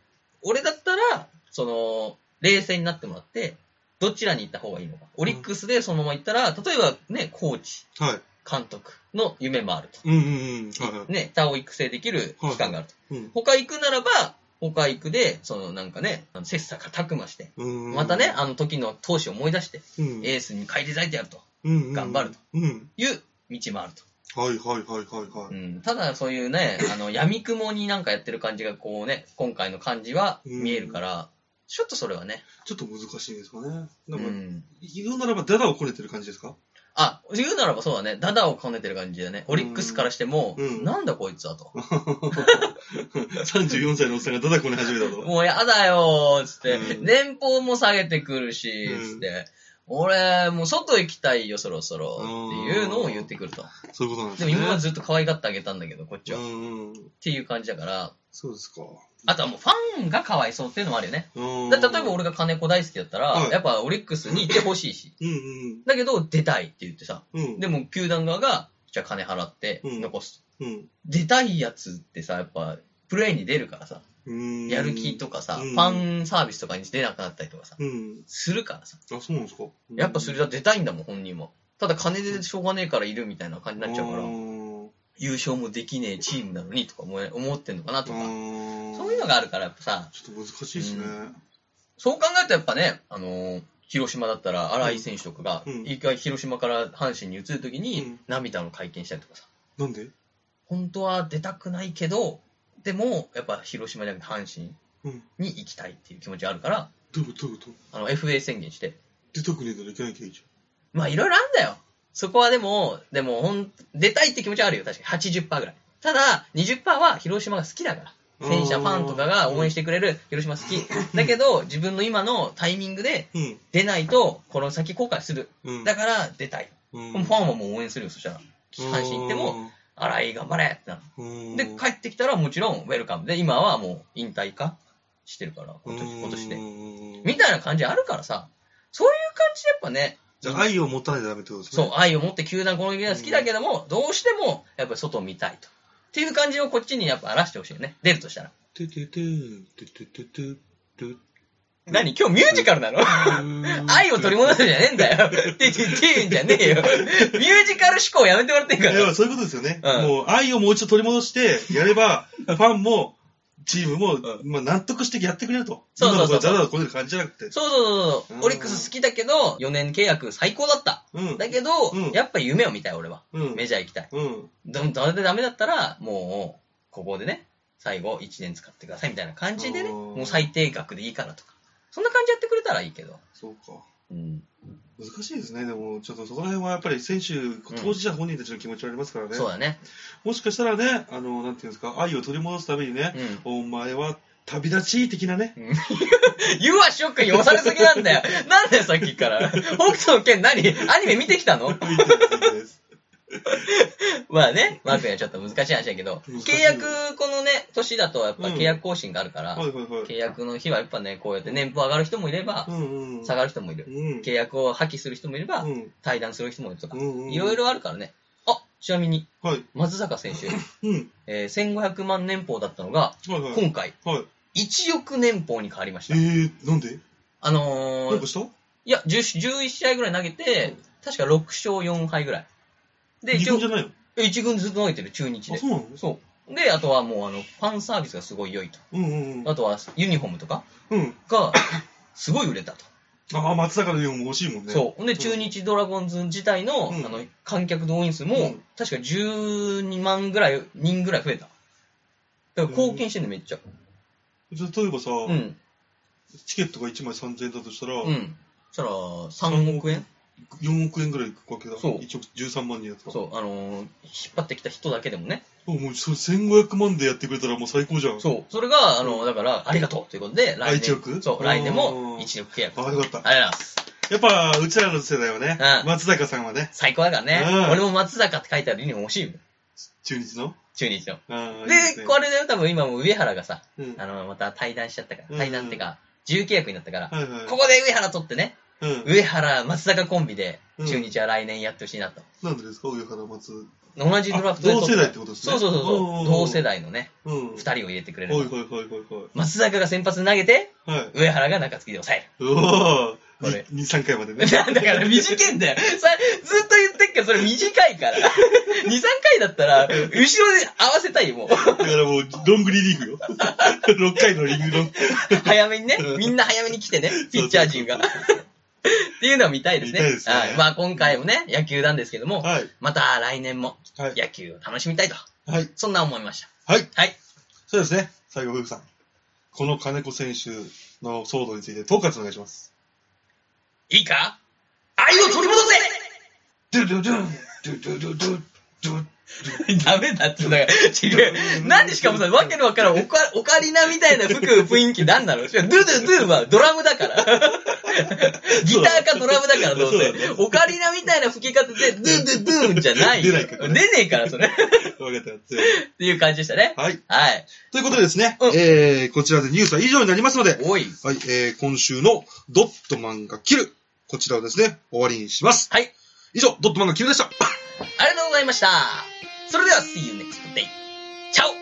[SPEAKER 2] 俺だったら、その、冷静になってもらって、どちらに行った方がいいのか。オリックスでそのまま行ったら、例えばね、コーチ、
[SPEAKER 3] はい
[SPEAKER 2] 監督の夢もある
[SPEAKER 3] うんうんうんはいは
[SPEAKER 2] と。ね、他を育成できる期間があると。
[SPEAKER 3] いうん
[SPEAKER 2] 他行くならば、他行くで、そのなんかね、あの切磋琢磨して、
[SPEAKER 3] うん
[SPEAKER 2] またね、あの時の投資を思い出して、
[SPEAKER 3] うん
[SPEAKER 2] エースに返り咲いてやると
[SPEAKER 3] うんうん
[SPEAKER 2] 頑張ると
[SPEAKER 3] うん
[SPEAKER 2] いう道もあると。
[SPEAKER 3] はいはいはいはいは
[SPEAKER 2] う
[SPEAKER 3] い。
[SPEAKER 2] ん、ただそういうね、あの、闇雲になんかやってる感じがこうね、今回の感じは見えるから、ちょっとそれはね、
[SPEAKER 3] ちょっと難しいですかね。
[SPEAKER 2] う
[SPEAKER 3] でも、
[SPEAKER 2] ん。
[SPEAKER 3] 言うならば、ダダをこねてる感じです か
[SPEAKER 2] あ、言うならばそうだね、ダダをこねてる感じだね。オリックスからしても、
[SPEAKER 3] うん
[SPEAKER 2] なんだこいつはと。
[SPEAKER 3] ?34 歳のおっさんがダダこね始めたと。
[SPEAKER 2] もうやだよー、つって、
[SPEAKER 3] うん
[SPEAKER 2] 年俸も下げてくるし、
[SPEAKER 3] う
[SPEAKER 2] つっ
[SPEAKER 3] ん
[SPEAKER 2] て。俺、もう外行きたいよ、そろそろ。
[SPEAKER 3] うん
[SPEAKER 2] っていうのを言ってくると。
[SPEAKER 3] そういうことなんで
[SPEAKER 2] ですも
[SPEAKER 3] ね。
[SPEAKER 2] 今はずっと可愛がってあげたんだけど、こっちは。
[SPEAKER 3] う
[SPEAKER 2] っ
[SPEAKER 3] んうん。
[SPEAKER 2] ていう感じだから。
[SPEAKER 3] そうですか。
[SPEAKER 2] あとはもうファンが可哀想っていうのもあるよね。
[SPEAKER 3] うん
[SPEAKER 2] だ例えば俺が金子大好きだったら、
[SPEAKER 3] はい
[SPEAKER 2] やっぱオリックスにいてほしい し。
[SPEAKER 3] うん
[SPEAKER 2] だけど、出たいって言ってさ。
[SPEAKER 3] うん。うん。
[SPEAKER 2] でも、球団側が、じゃあ金払って、
[SPEAKER 3] うん
[SPEAKER 2] 残す、
[SPEAKER 3] うん、
[SPEAKER 2] 出たいやつってさ、やっぱ、プレーに出るからさ、
[SPEAKER 3] うん。
[SPEAKER 2] やる気とかさ、
[SPEAKER 3] うん
[SPEAKER 2] ファンサービスとかに出なくなったりとかさ、
[SPEAKER 3] うん。
[SPEAKER 2] するからさ。
[SPEAKER 3] あ、そうなんですか。
[SPEAKER 2] やっぱそれは出たいんだもん、本人も。ただ金でしょうがねえからいるみたいな感じになっちゃうから
[SPEAKER 3] あ、ー
[SPEAKER 2] 優勝もできねえチームなのにとか思え思ってんのかなと
[SPEAKER 3] あ
[SPEAKER 2] か、
[SPEAKER 3] ー
[SPEAKER 2] そういうのがあるからやっぱさ、
[SPEAKER 3] ちょっと難しいですね。
[SPEAKER 2] そう考えるとやっぱね、あのー広島だったら荒井選手とかが、
[SPEAKER 3] うん
[SPEAKER 2] 一回広島から阪神に移るとき
[SPEAKER 3] う
[SPEAKER 2] に
[SPEAKER 3] ん
[SPEAKER 2] 涙の会見したりとかさ、
[SPEAKER 3] なんで
[SPEAKER 2] 本当は出たくないけど、でもやっぱ広島じゃなくて阪神
[SPEAKER 3] うん。
[SPEAKER 2] に行きたいっていう気持ちがあるから、
[SPEAKER 3] どういうことどういうこと
[SPEAKER 2] あの FA 宣言して、
[SPEAKER 3] 出たくねえならいけないけいじ
[SPEAKER 2] まあいろいろあるんだよ。そこはでも、でもほん、出たいって気持ちはあるよ、確かに。80%ぐらい。ただ、20%は広島が好きだから。
[SPEAKER 3] ゃん。
[SPEAKER 2] 選手やファンとかが応援
[SPEAKER 3] し
[SPEAKER 2] してくれる広島好き。だけど、自分の今のタイミングで
[SPEAKER 3] うん。
[SPEAKER 2] 出ないと、この先後悔する。
[SPEAKER 3] うん。
[SPEAKER 2] だから、出たい。
[SPEAKER 3] うん
[SPEAKER 2] ファンはもう応援するよ、そしたら。阪神行っても、、荒井頑張れってなる。
[SPEAKER 3] うん
[SPEAKER 2] で、帰ってきたらもちろんウェルカムで、今はもう引退化してるから、今年今年
[SPEAKER 3] う
[SPEAKER 2] で。
[SPEAKER 3] ーん
[SPEAKER 2] みたいな感じあるからさ、そういう感じでやっぱね、
[SPEAKER 3] じゃあ愛を持たないとダメってことです
[SPEAKER 2] そ
[SPEAKER 3] ね。
[SPEAKER 2] う、愛を持って球団この劇団好きだけども、どうしても、やっぱり外を見たいと。っていう感じをこっちにやっぱ荒らしてほしいよね。出るとしたら。
[SPEAKER 3] てててーんてててててて
[SPEAKER 2] 何今日ミュージカルなの愛を取り戻すじゃねえん だよ。って言ってんじゃねえよ。ミュージカル思考やめてもらってんか
[SPEAKER 3] いやでも
[SPEAKER 2] ら。
[SPEAKER 3] そういうことですよね。
[SPEAKER 2] うん
[SPEAKER 3] もう愛をもう一度取り戻して、やれば、ファンも、チームも、まあ、納得してやってくれると。
[SPEAKER 2] そうそうそう
[SPEAKER 3] 今のところザラザラこねる感じじゃなくて。
[SPEAKER 2] そうそうそうそうう。
[SPEAKER 3] ん
[SPEAKER 2] オリックス好きだけど、4年契約最高だった。
[SPEAKER 3] うん。
[SPEAKER 2] だけど、
[SPEAKER 3] うん
[SPEAKER 2] やっぱ夢を見たい俺は。
[SPEAKER 3] うん。
[SPEAKER 2] メジャー行きたい。
[SPEAKER 3] うん。
[SPEAKER 2] どんどんでダメだったら、もう、ここでね、最後1年使ってくださいみたいな感じでね、
[SPEAKER 3] うん
[SPEAKER 2] もう最低額でいいからとか。そんな感じやってくれたらいいけど。
[SPEAKER 3] そうか。
[SPEAKER 2] うん。
[SPEAKER 3] 難しいですね。でも、ちょっとそこら辺はやっぱり選手、当事者本人たちの気持ちはありますからね。
[SPEAKER 2] そうだね。
[SPEAKER 3] もしかしたらね、あの、なんていうんですか、愛を取り戻すためにね、
[SPEAKER 2] うん。
[SPEAKER 3] お前は旅立ち的 なね。
[SPEAKER 2] ユアショックに押されすぎなんだよ。なんだよ、さっきから。北斗の剣何アニメ見てきたの
[SPEAKER 3] いいです
[SPEAKER 2] まあね、マー君はちょっと難しい話だけど、
[SPEAKER 3] 難しい
[SPEAKER 2] 契約、このね、年だとやっぱ
[SPEAKER 3] うん
[SPEAKER 2] 契約更新があるから、
[SPEAKER 3] はいはいはい。
[SPEAKER 2] 契約の日はやっぱね、こうやって年俸上がる人もいれば
[SPEAKER 3] う、んうん。
[SPEAKER 2] 下がる人もいる。
[SPEAKER 3] うん。
[SPEAKER 2] 契約を破棄する人もいれば
[SPEAKER 3] う、ん。
[SPEAKER 2] 対談する人もいるとか、
[SPEAKER 3] うん。
[SPEAKER 2] いろい
[SPEAKER 3] ろ。
[SPEAKER 2] ろあるからね。あ、ちなみに、
[SPEAKER 3] はい。
[SPEAKER 2] 松坂選手、
[SPEAKER 3] うん。
[SPEAKER 2] えー1500万年俸だったのが、
[SPEAKER 3] はいはい。
[SPEAKER 2] 今回、
[SPEAKER 3] はい。
[SPEAKER 2] 1億年俸に変わりまし
[SPEAKER 3] え
[SPEAKER 2] た。
[SPEAKER 3] ー、なんで
[SPEAKER 2] あの
[SPEAKER 3] なん
[SPEAKER 2] ー
[SPEAKER 3] か、した
[SPEAKER 2] いや、10 11試合ぐらい投げて、確か6勝4敗ぐらい。で、
[SPEAKER 3] 二
[SPEAKER 2] 一
[SPEAKER 3] 軍
[SPEAKER 2] 応
[SPEAKER 3] じゃ、ないの
[SPEAKER 2] 1軍ずっと投げてる、中日
[SPEAKER 3] あ、
[SPEAKER 2] で
[SPEAKER 3] そ。うなの
[SPEAKER 2] そう。で、あとはもう、あの、ファンサービスがすごい良いと。
[SPEAKER 3] うんうんうん。
[SPEAKER 2] あとは、ユニフォームとか
[SPEAKER 3] うん。
[SPEAKER 2] が、すごい売れたと。
[SPEAKER 3] ああ、松坂のユニフォーム欲しいもんね。
[SPEAKER 2] そう。ほんで、中日ドラゴンズ自体の、
[SPEAKER 3] うん
[SPEAKER 2] あの、観客動員数も、
[SPEAKER 3] うん
[SPEAKER 2] 確か12万ぐらい、人ぐらい増えた。だから、貢献してんのめっちゃ。
[SPEAKER 3] じゃあ例えばさ、
[SPEAKER 2] うん。
[SPEAKER 3] チケットが1枚3000円だとしたら、
[SPEAKER 2] うん。そしたら、3億円
[SPEAKER 3] 4億円ぐらいいくわけだ。
[SPEAKER 2] そう
[SPEAKER 3] 1億13万人やったら。
[SPEAKER 2] そう。あのー引っ張ってきた人だけでもね。
[SPEAKER 3] そう。もうそれ1500万でやってくれたらもう最高じゃん。
[SPEAKER 2] そう。それが、あの、だから、ありがとうということで、来
[SPEAKER 3] 1
[SPEAKER 2] 年。
[SPEAKER 3] 億
[SPEAKER 2] そう、来年
[SPEAKER 3] う
[SPEAKER 2] も
[SPEAKER 3] ん
[SPEAKER 2] 1億契約。
[SPEAKER 3] あ
[SPEAKER 2] あ
[SPEAKER 3] あ、
[SPEAKER 2] り
[SPEAKER 3] よ
[SPEAKER 2] がとう
[SPEAKER 3] かった。
[SPEAKER 2] ございます。
[SPEAKER 3] やっぱ、うちらの世代はね、
[SPEAKER 2] うん
[SPEAKER 3] 松坂さんはね、
[SPEAKER 2] 最高だからね。
[SPEAKER 3] うん
[SPEAKER 2] 俺も松坂って書いてあるユニフォーム欲しいもん。
[SPEAKER 3] 中日の。
[SPEAKER 2] 中日の。
[SPEAKER 3] ああいいす
[SPEAKER 2] で、
[SPEAKER 3] ね
[SPEAKER 2] これで多分今もう上原がさ、
[SPEAKER 3] うん
[SPEAKER 2] あの、また対談しちゃったか
[SPEAKER 3] うん
[SPEAKER 2] ら、対談ってか、自由契約になったから、
[SPEAKER 3] はいはい。
[SPEAKER 2] ここで上原取ってね、
[SPEAKER 3] うん。
[SPEAKER 2] 上原、松坂コンビで、中日は来年やってほしいなと。
[SPEAKER 3] なんでですか、上原松。
[SPEAKER 2] 同じドラフトで
[SPEAKER 3] あ同世代っ
[SPEAKER 2] 取
[SPEAKER 3] てことですね。
[SPEAKER 2] そうそうそうそう。同世
[SPEAKER 3] 代。
[SPEAKER 2] 代のね、
[SPEAKER 3] うん。
[SPEAKER 2] 二人を入れてくれ
[SPEAKER 3] はいはい
[SPEAKER 2] る。
[SPEAKER 3] はいはい
[SPEAKER 2] 松坂が先発投げて、
[SPEAKER 3] はい。はい。
[SPEAKER 2] 上原が中継ぎで抑える。
[SPEAKER 3] うわ
[SPEAKER 2] これ
[SPEAKER 3] ぁ。2、3回ま でね。
[SPEAKER 2] なんだから短いんだよ。さずっと言ってっけど、それ短いから。2、3回だったら、後ろで合わせたい よ、もう。
[SPEAKER 3] だからもう、ロングリリーフよ。6回のリングロング。
[SPEAKER 2] 早めにね。みんな早めに来てね、ピッチャー陣が。っていうのは見たいですね。
[SPEAKER 3] 見たいですね
[SPEAKER 2] はい。まあ今回もね、野球なんですけども、
[SPEAKER 3] はい。
[SPEAKER 2] また来年も
[SPEAKER 3] はい。
[SPEAKER 2] 野球を楽しみたいと。
[SPEAKER 3] はい。
[SPEAKER 2] そんな思いました。
[SPEAKER 3] はい。
[SPEAKER 2] はい。
[SPEAKER 3] そうですね。最後、ふうさん。この金子選手の騒動について、統括お願いします。
[SPEAKER 2] いいか愛を取り戻
[SPEAKER 3] ドゥドゥドゥンドゥドゥドゥドゥドゥ
[SPEAKER 2] せ ダメだって、だから、 違う。なんでしかもさ、わけのわからん、オカオカリナみたいな服、雰囲気なんなのしかもドゥドゥドゥはドラムだ から。ギターかドラムだから、どう
[SPEAKER 3] そう
[SPEAKER 2] せ
[SPEAKER 3] だね。
[SPEAKER 2] オカリナみたいな吹き方で、ドゥドゥドゥンじゃないよ。
[SPEAKER 3] 出ないからね
[SPEAKER 2] 出ねえから、それ。
[SPEAKER 3] わかった。
[SPEAKER 2] っていう感じでしたね。
[SPEAKER 3] はい。
[SPEAKER 2] はい。
[SPEAKER 3] ということでですね、
[SPEAKER 2] うん
[SPEAKER 3] えー、こちらでニュースは以上になりますので、
[SPEAKER 2] おい。
[SPEAKER 3] はい、えー、今週のドットマンが切る。こちらをですね、終わりにします。
[SPEAKER 2] はい。
[SPEAKER 3] 以上、ドットマンが切るでした。
[SPEAKER 2] ありがとうございました。それでは、See you next day. チャオ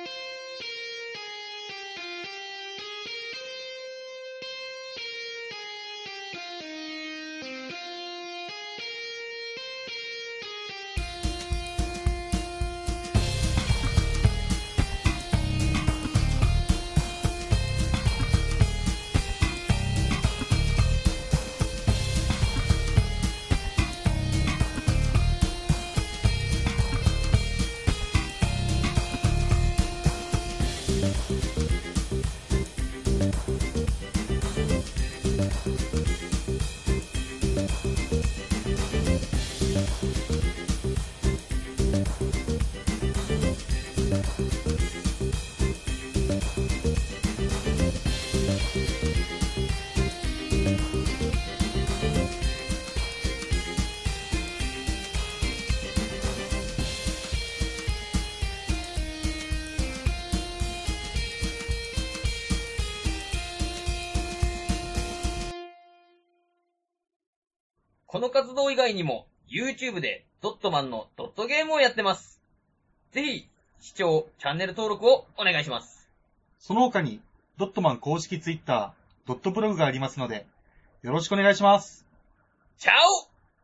[SPEAKER 2] この活動以外にも、YouTube でドットマンのドットゲームをやってます。ぜひ、視聴、チャンネル登録をお願いします。
[SPEAKER 4] その他に、ドットマン公式ツイッタドットブログがありますので、よろしくお願いします。
[SPEAKER 2] チャオ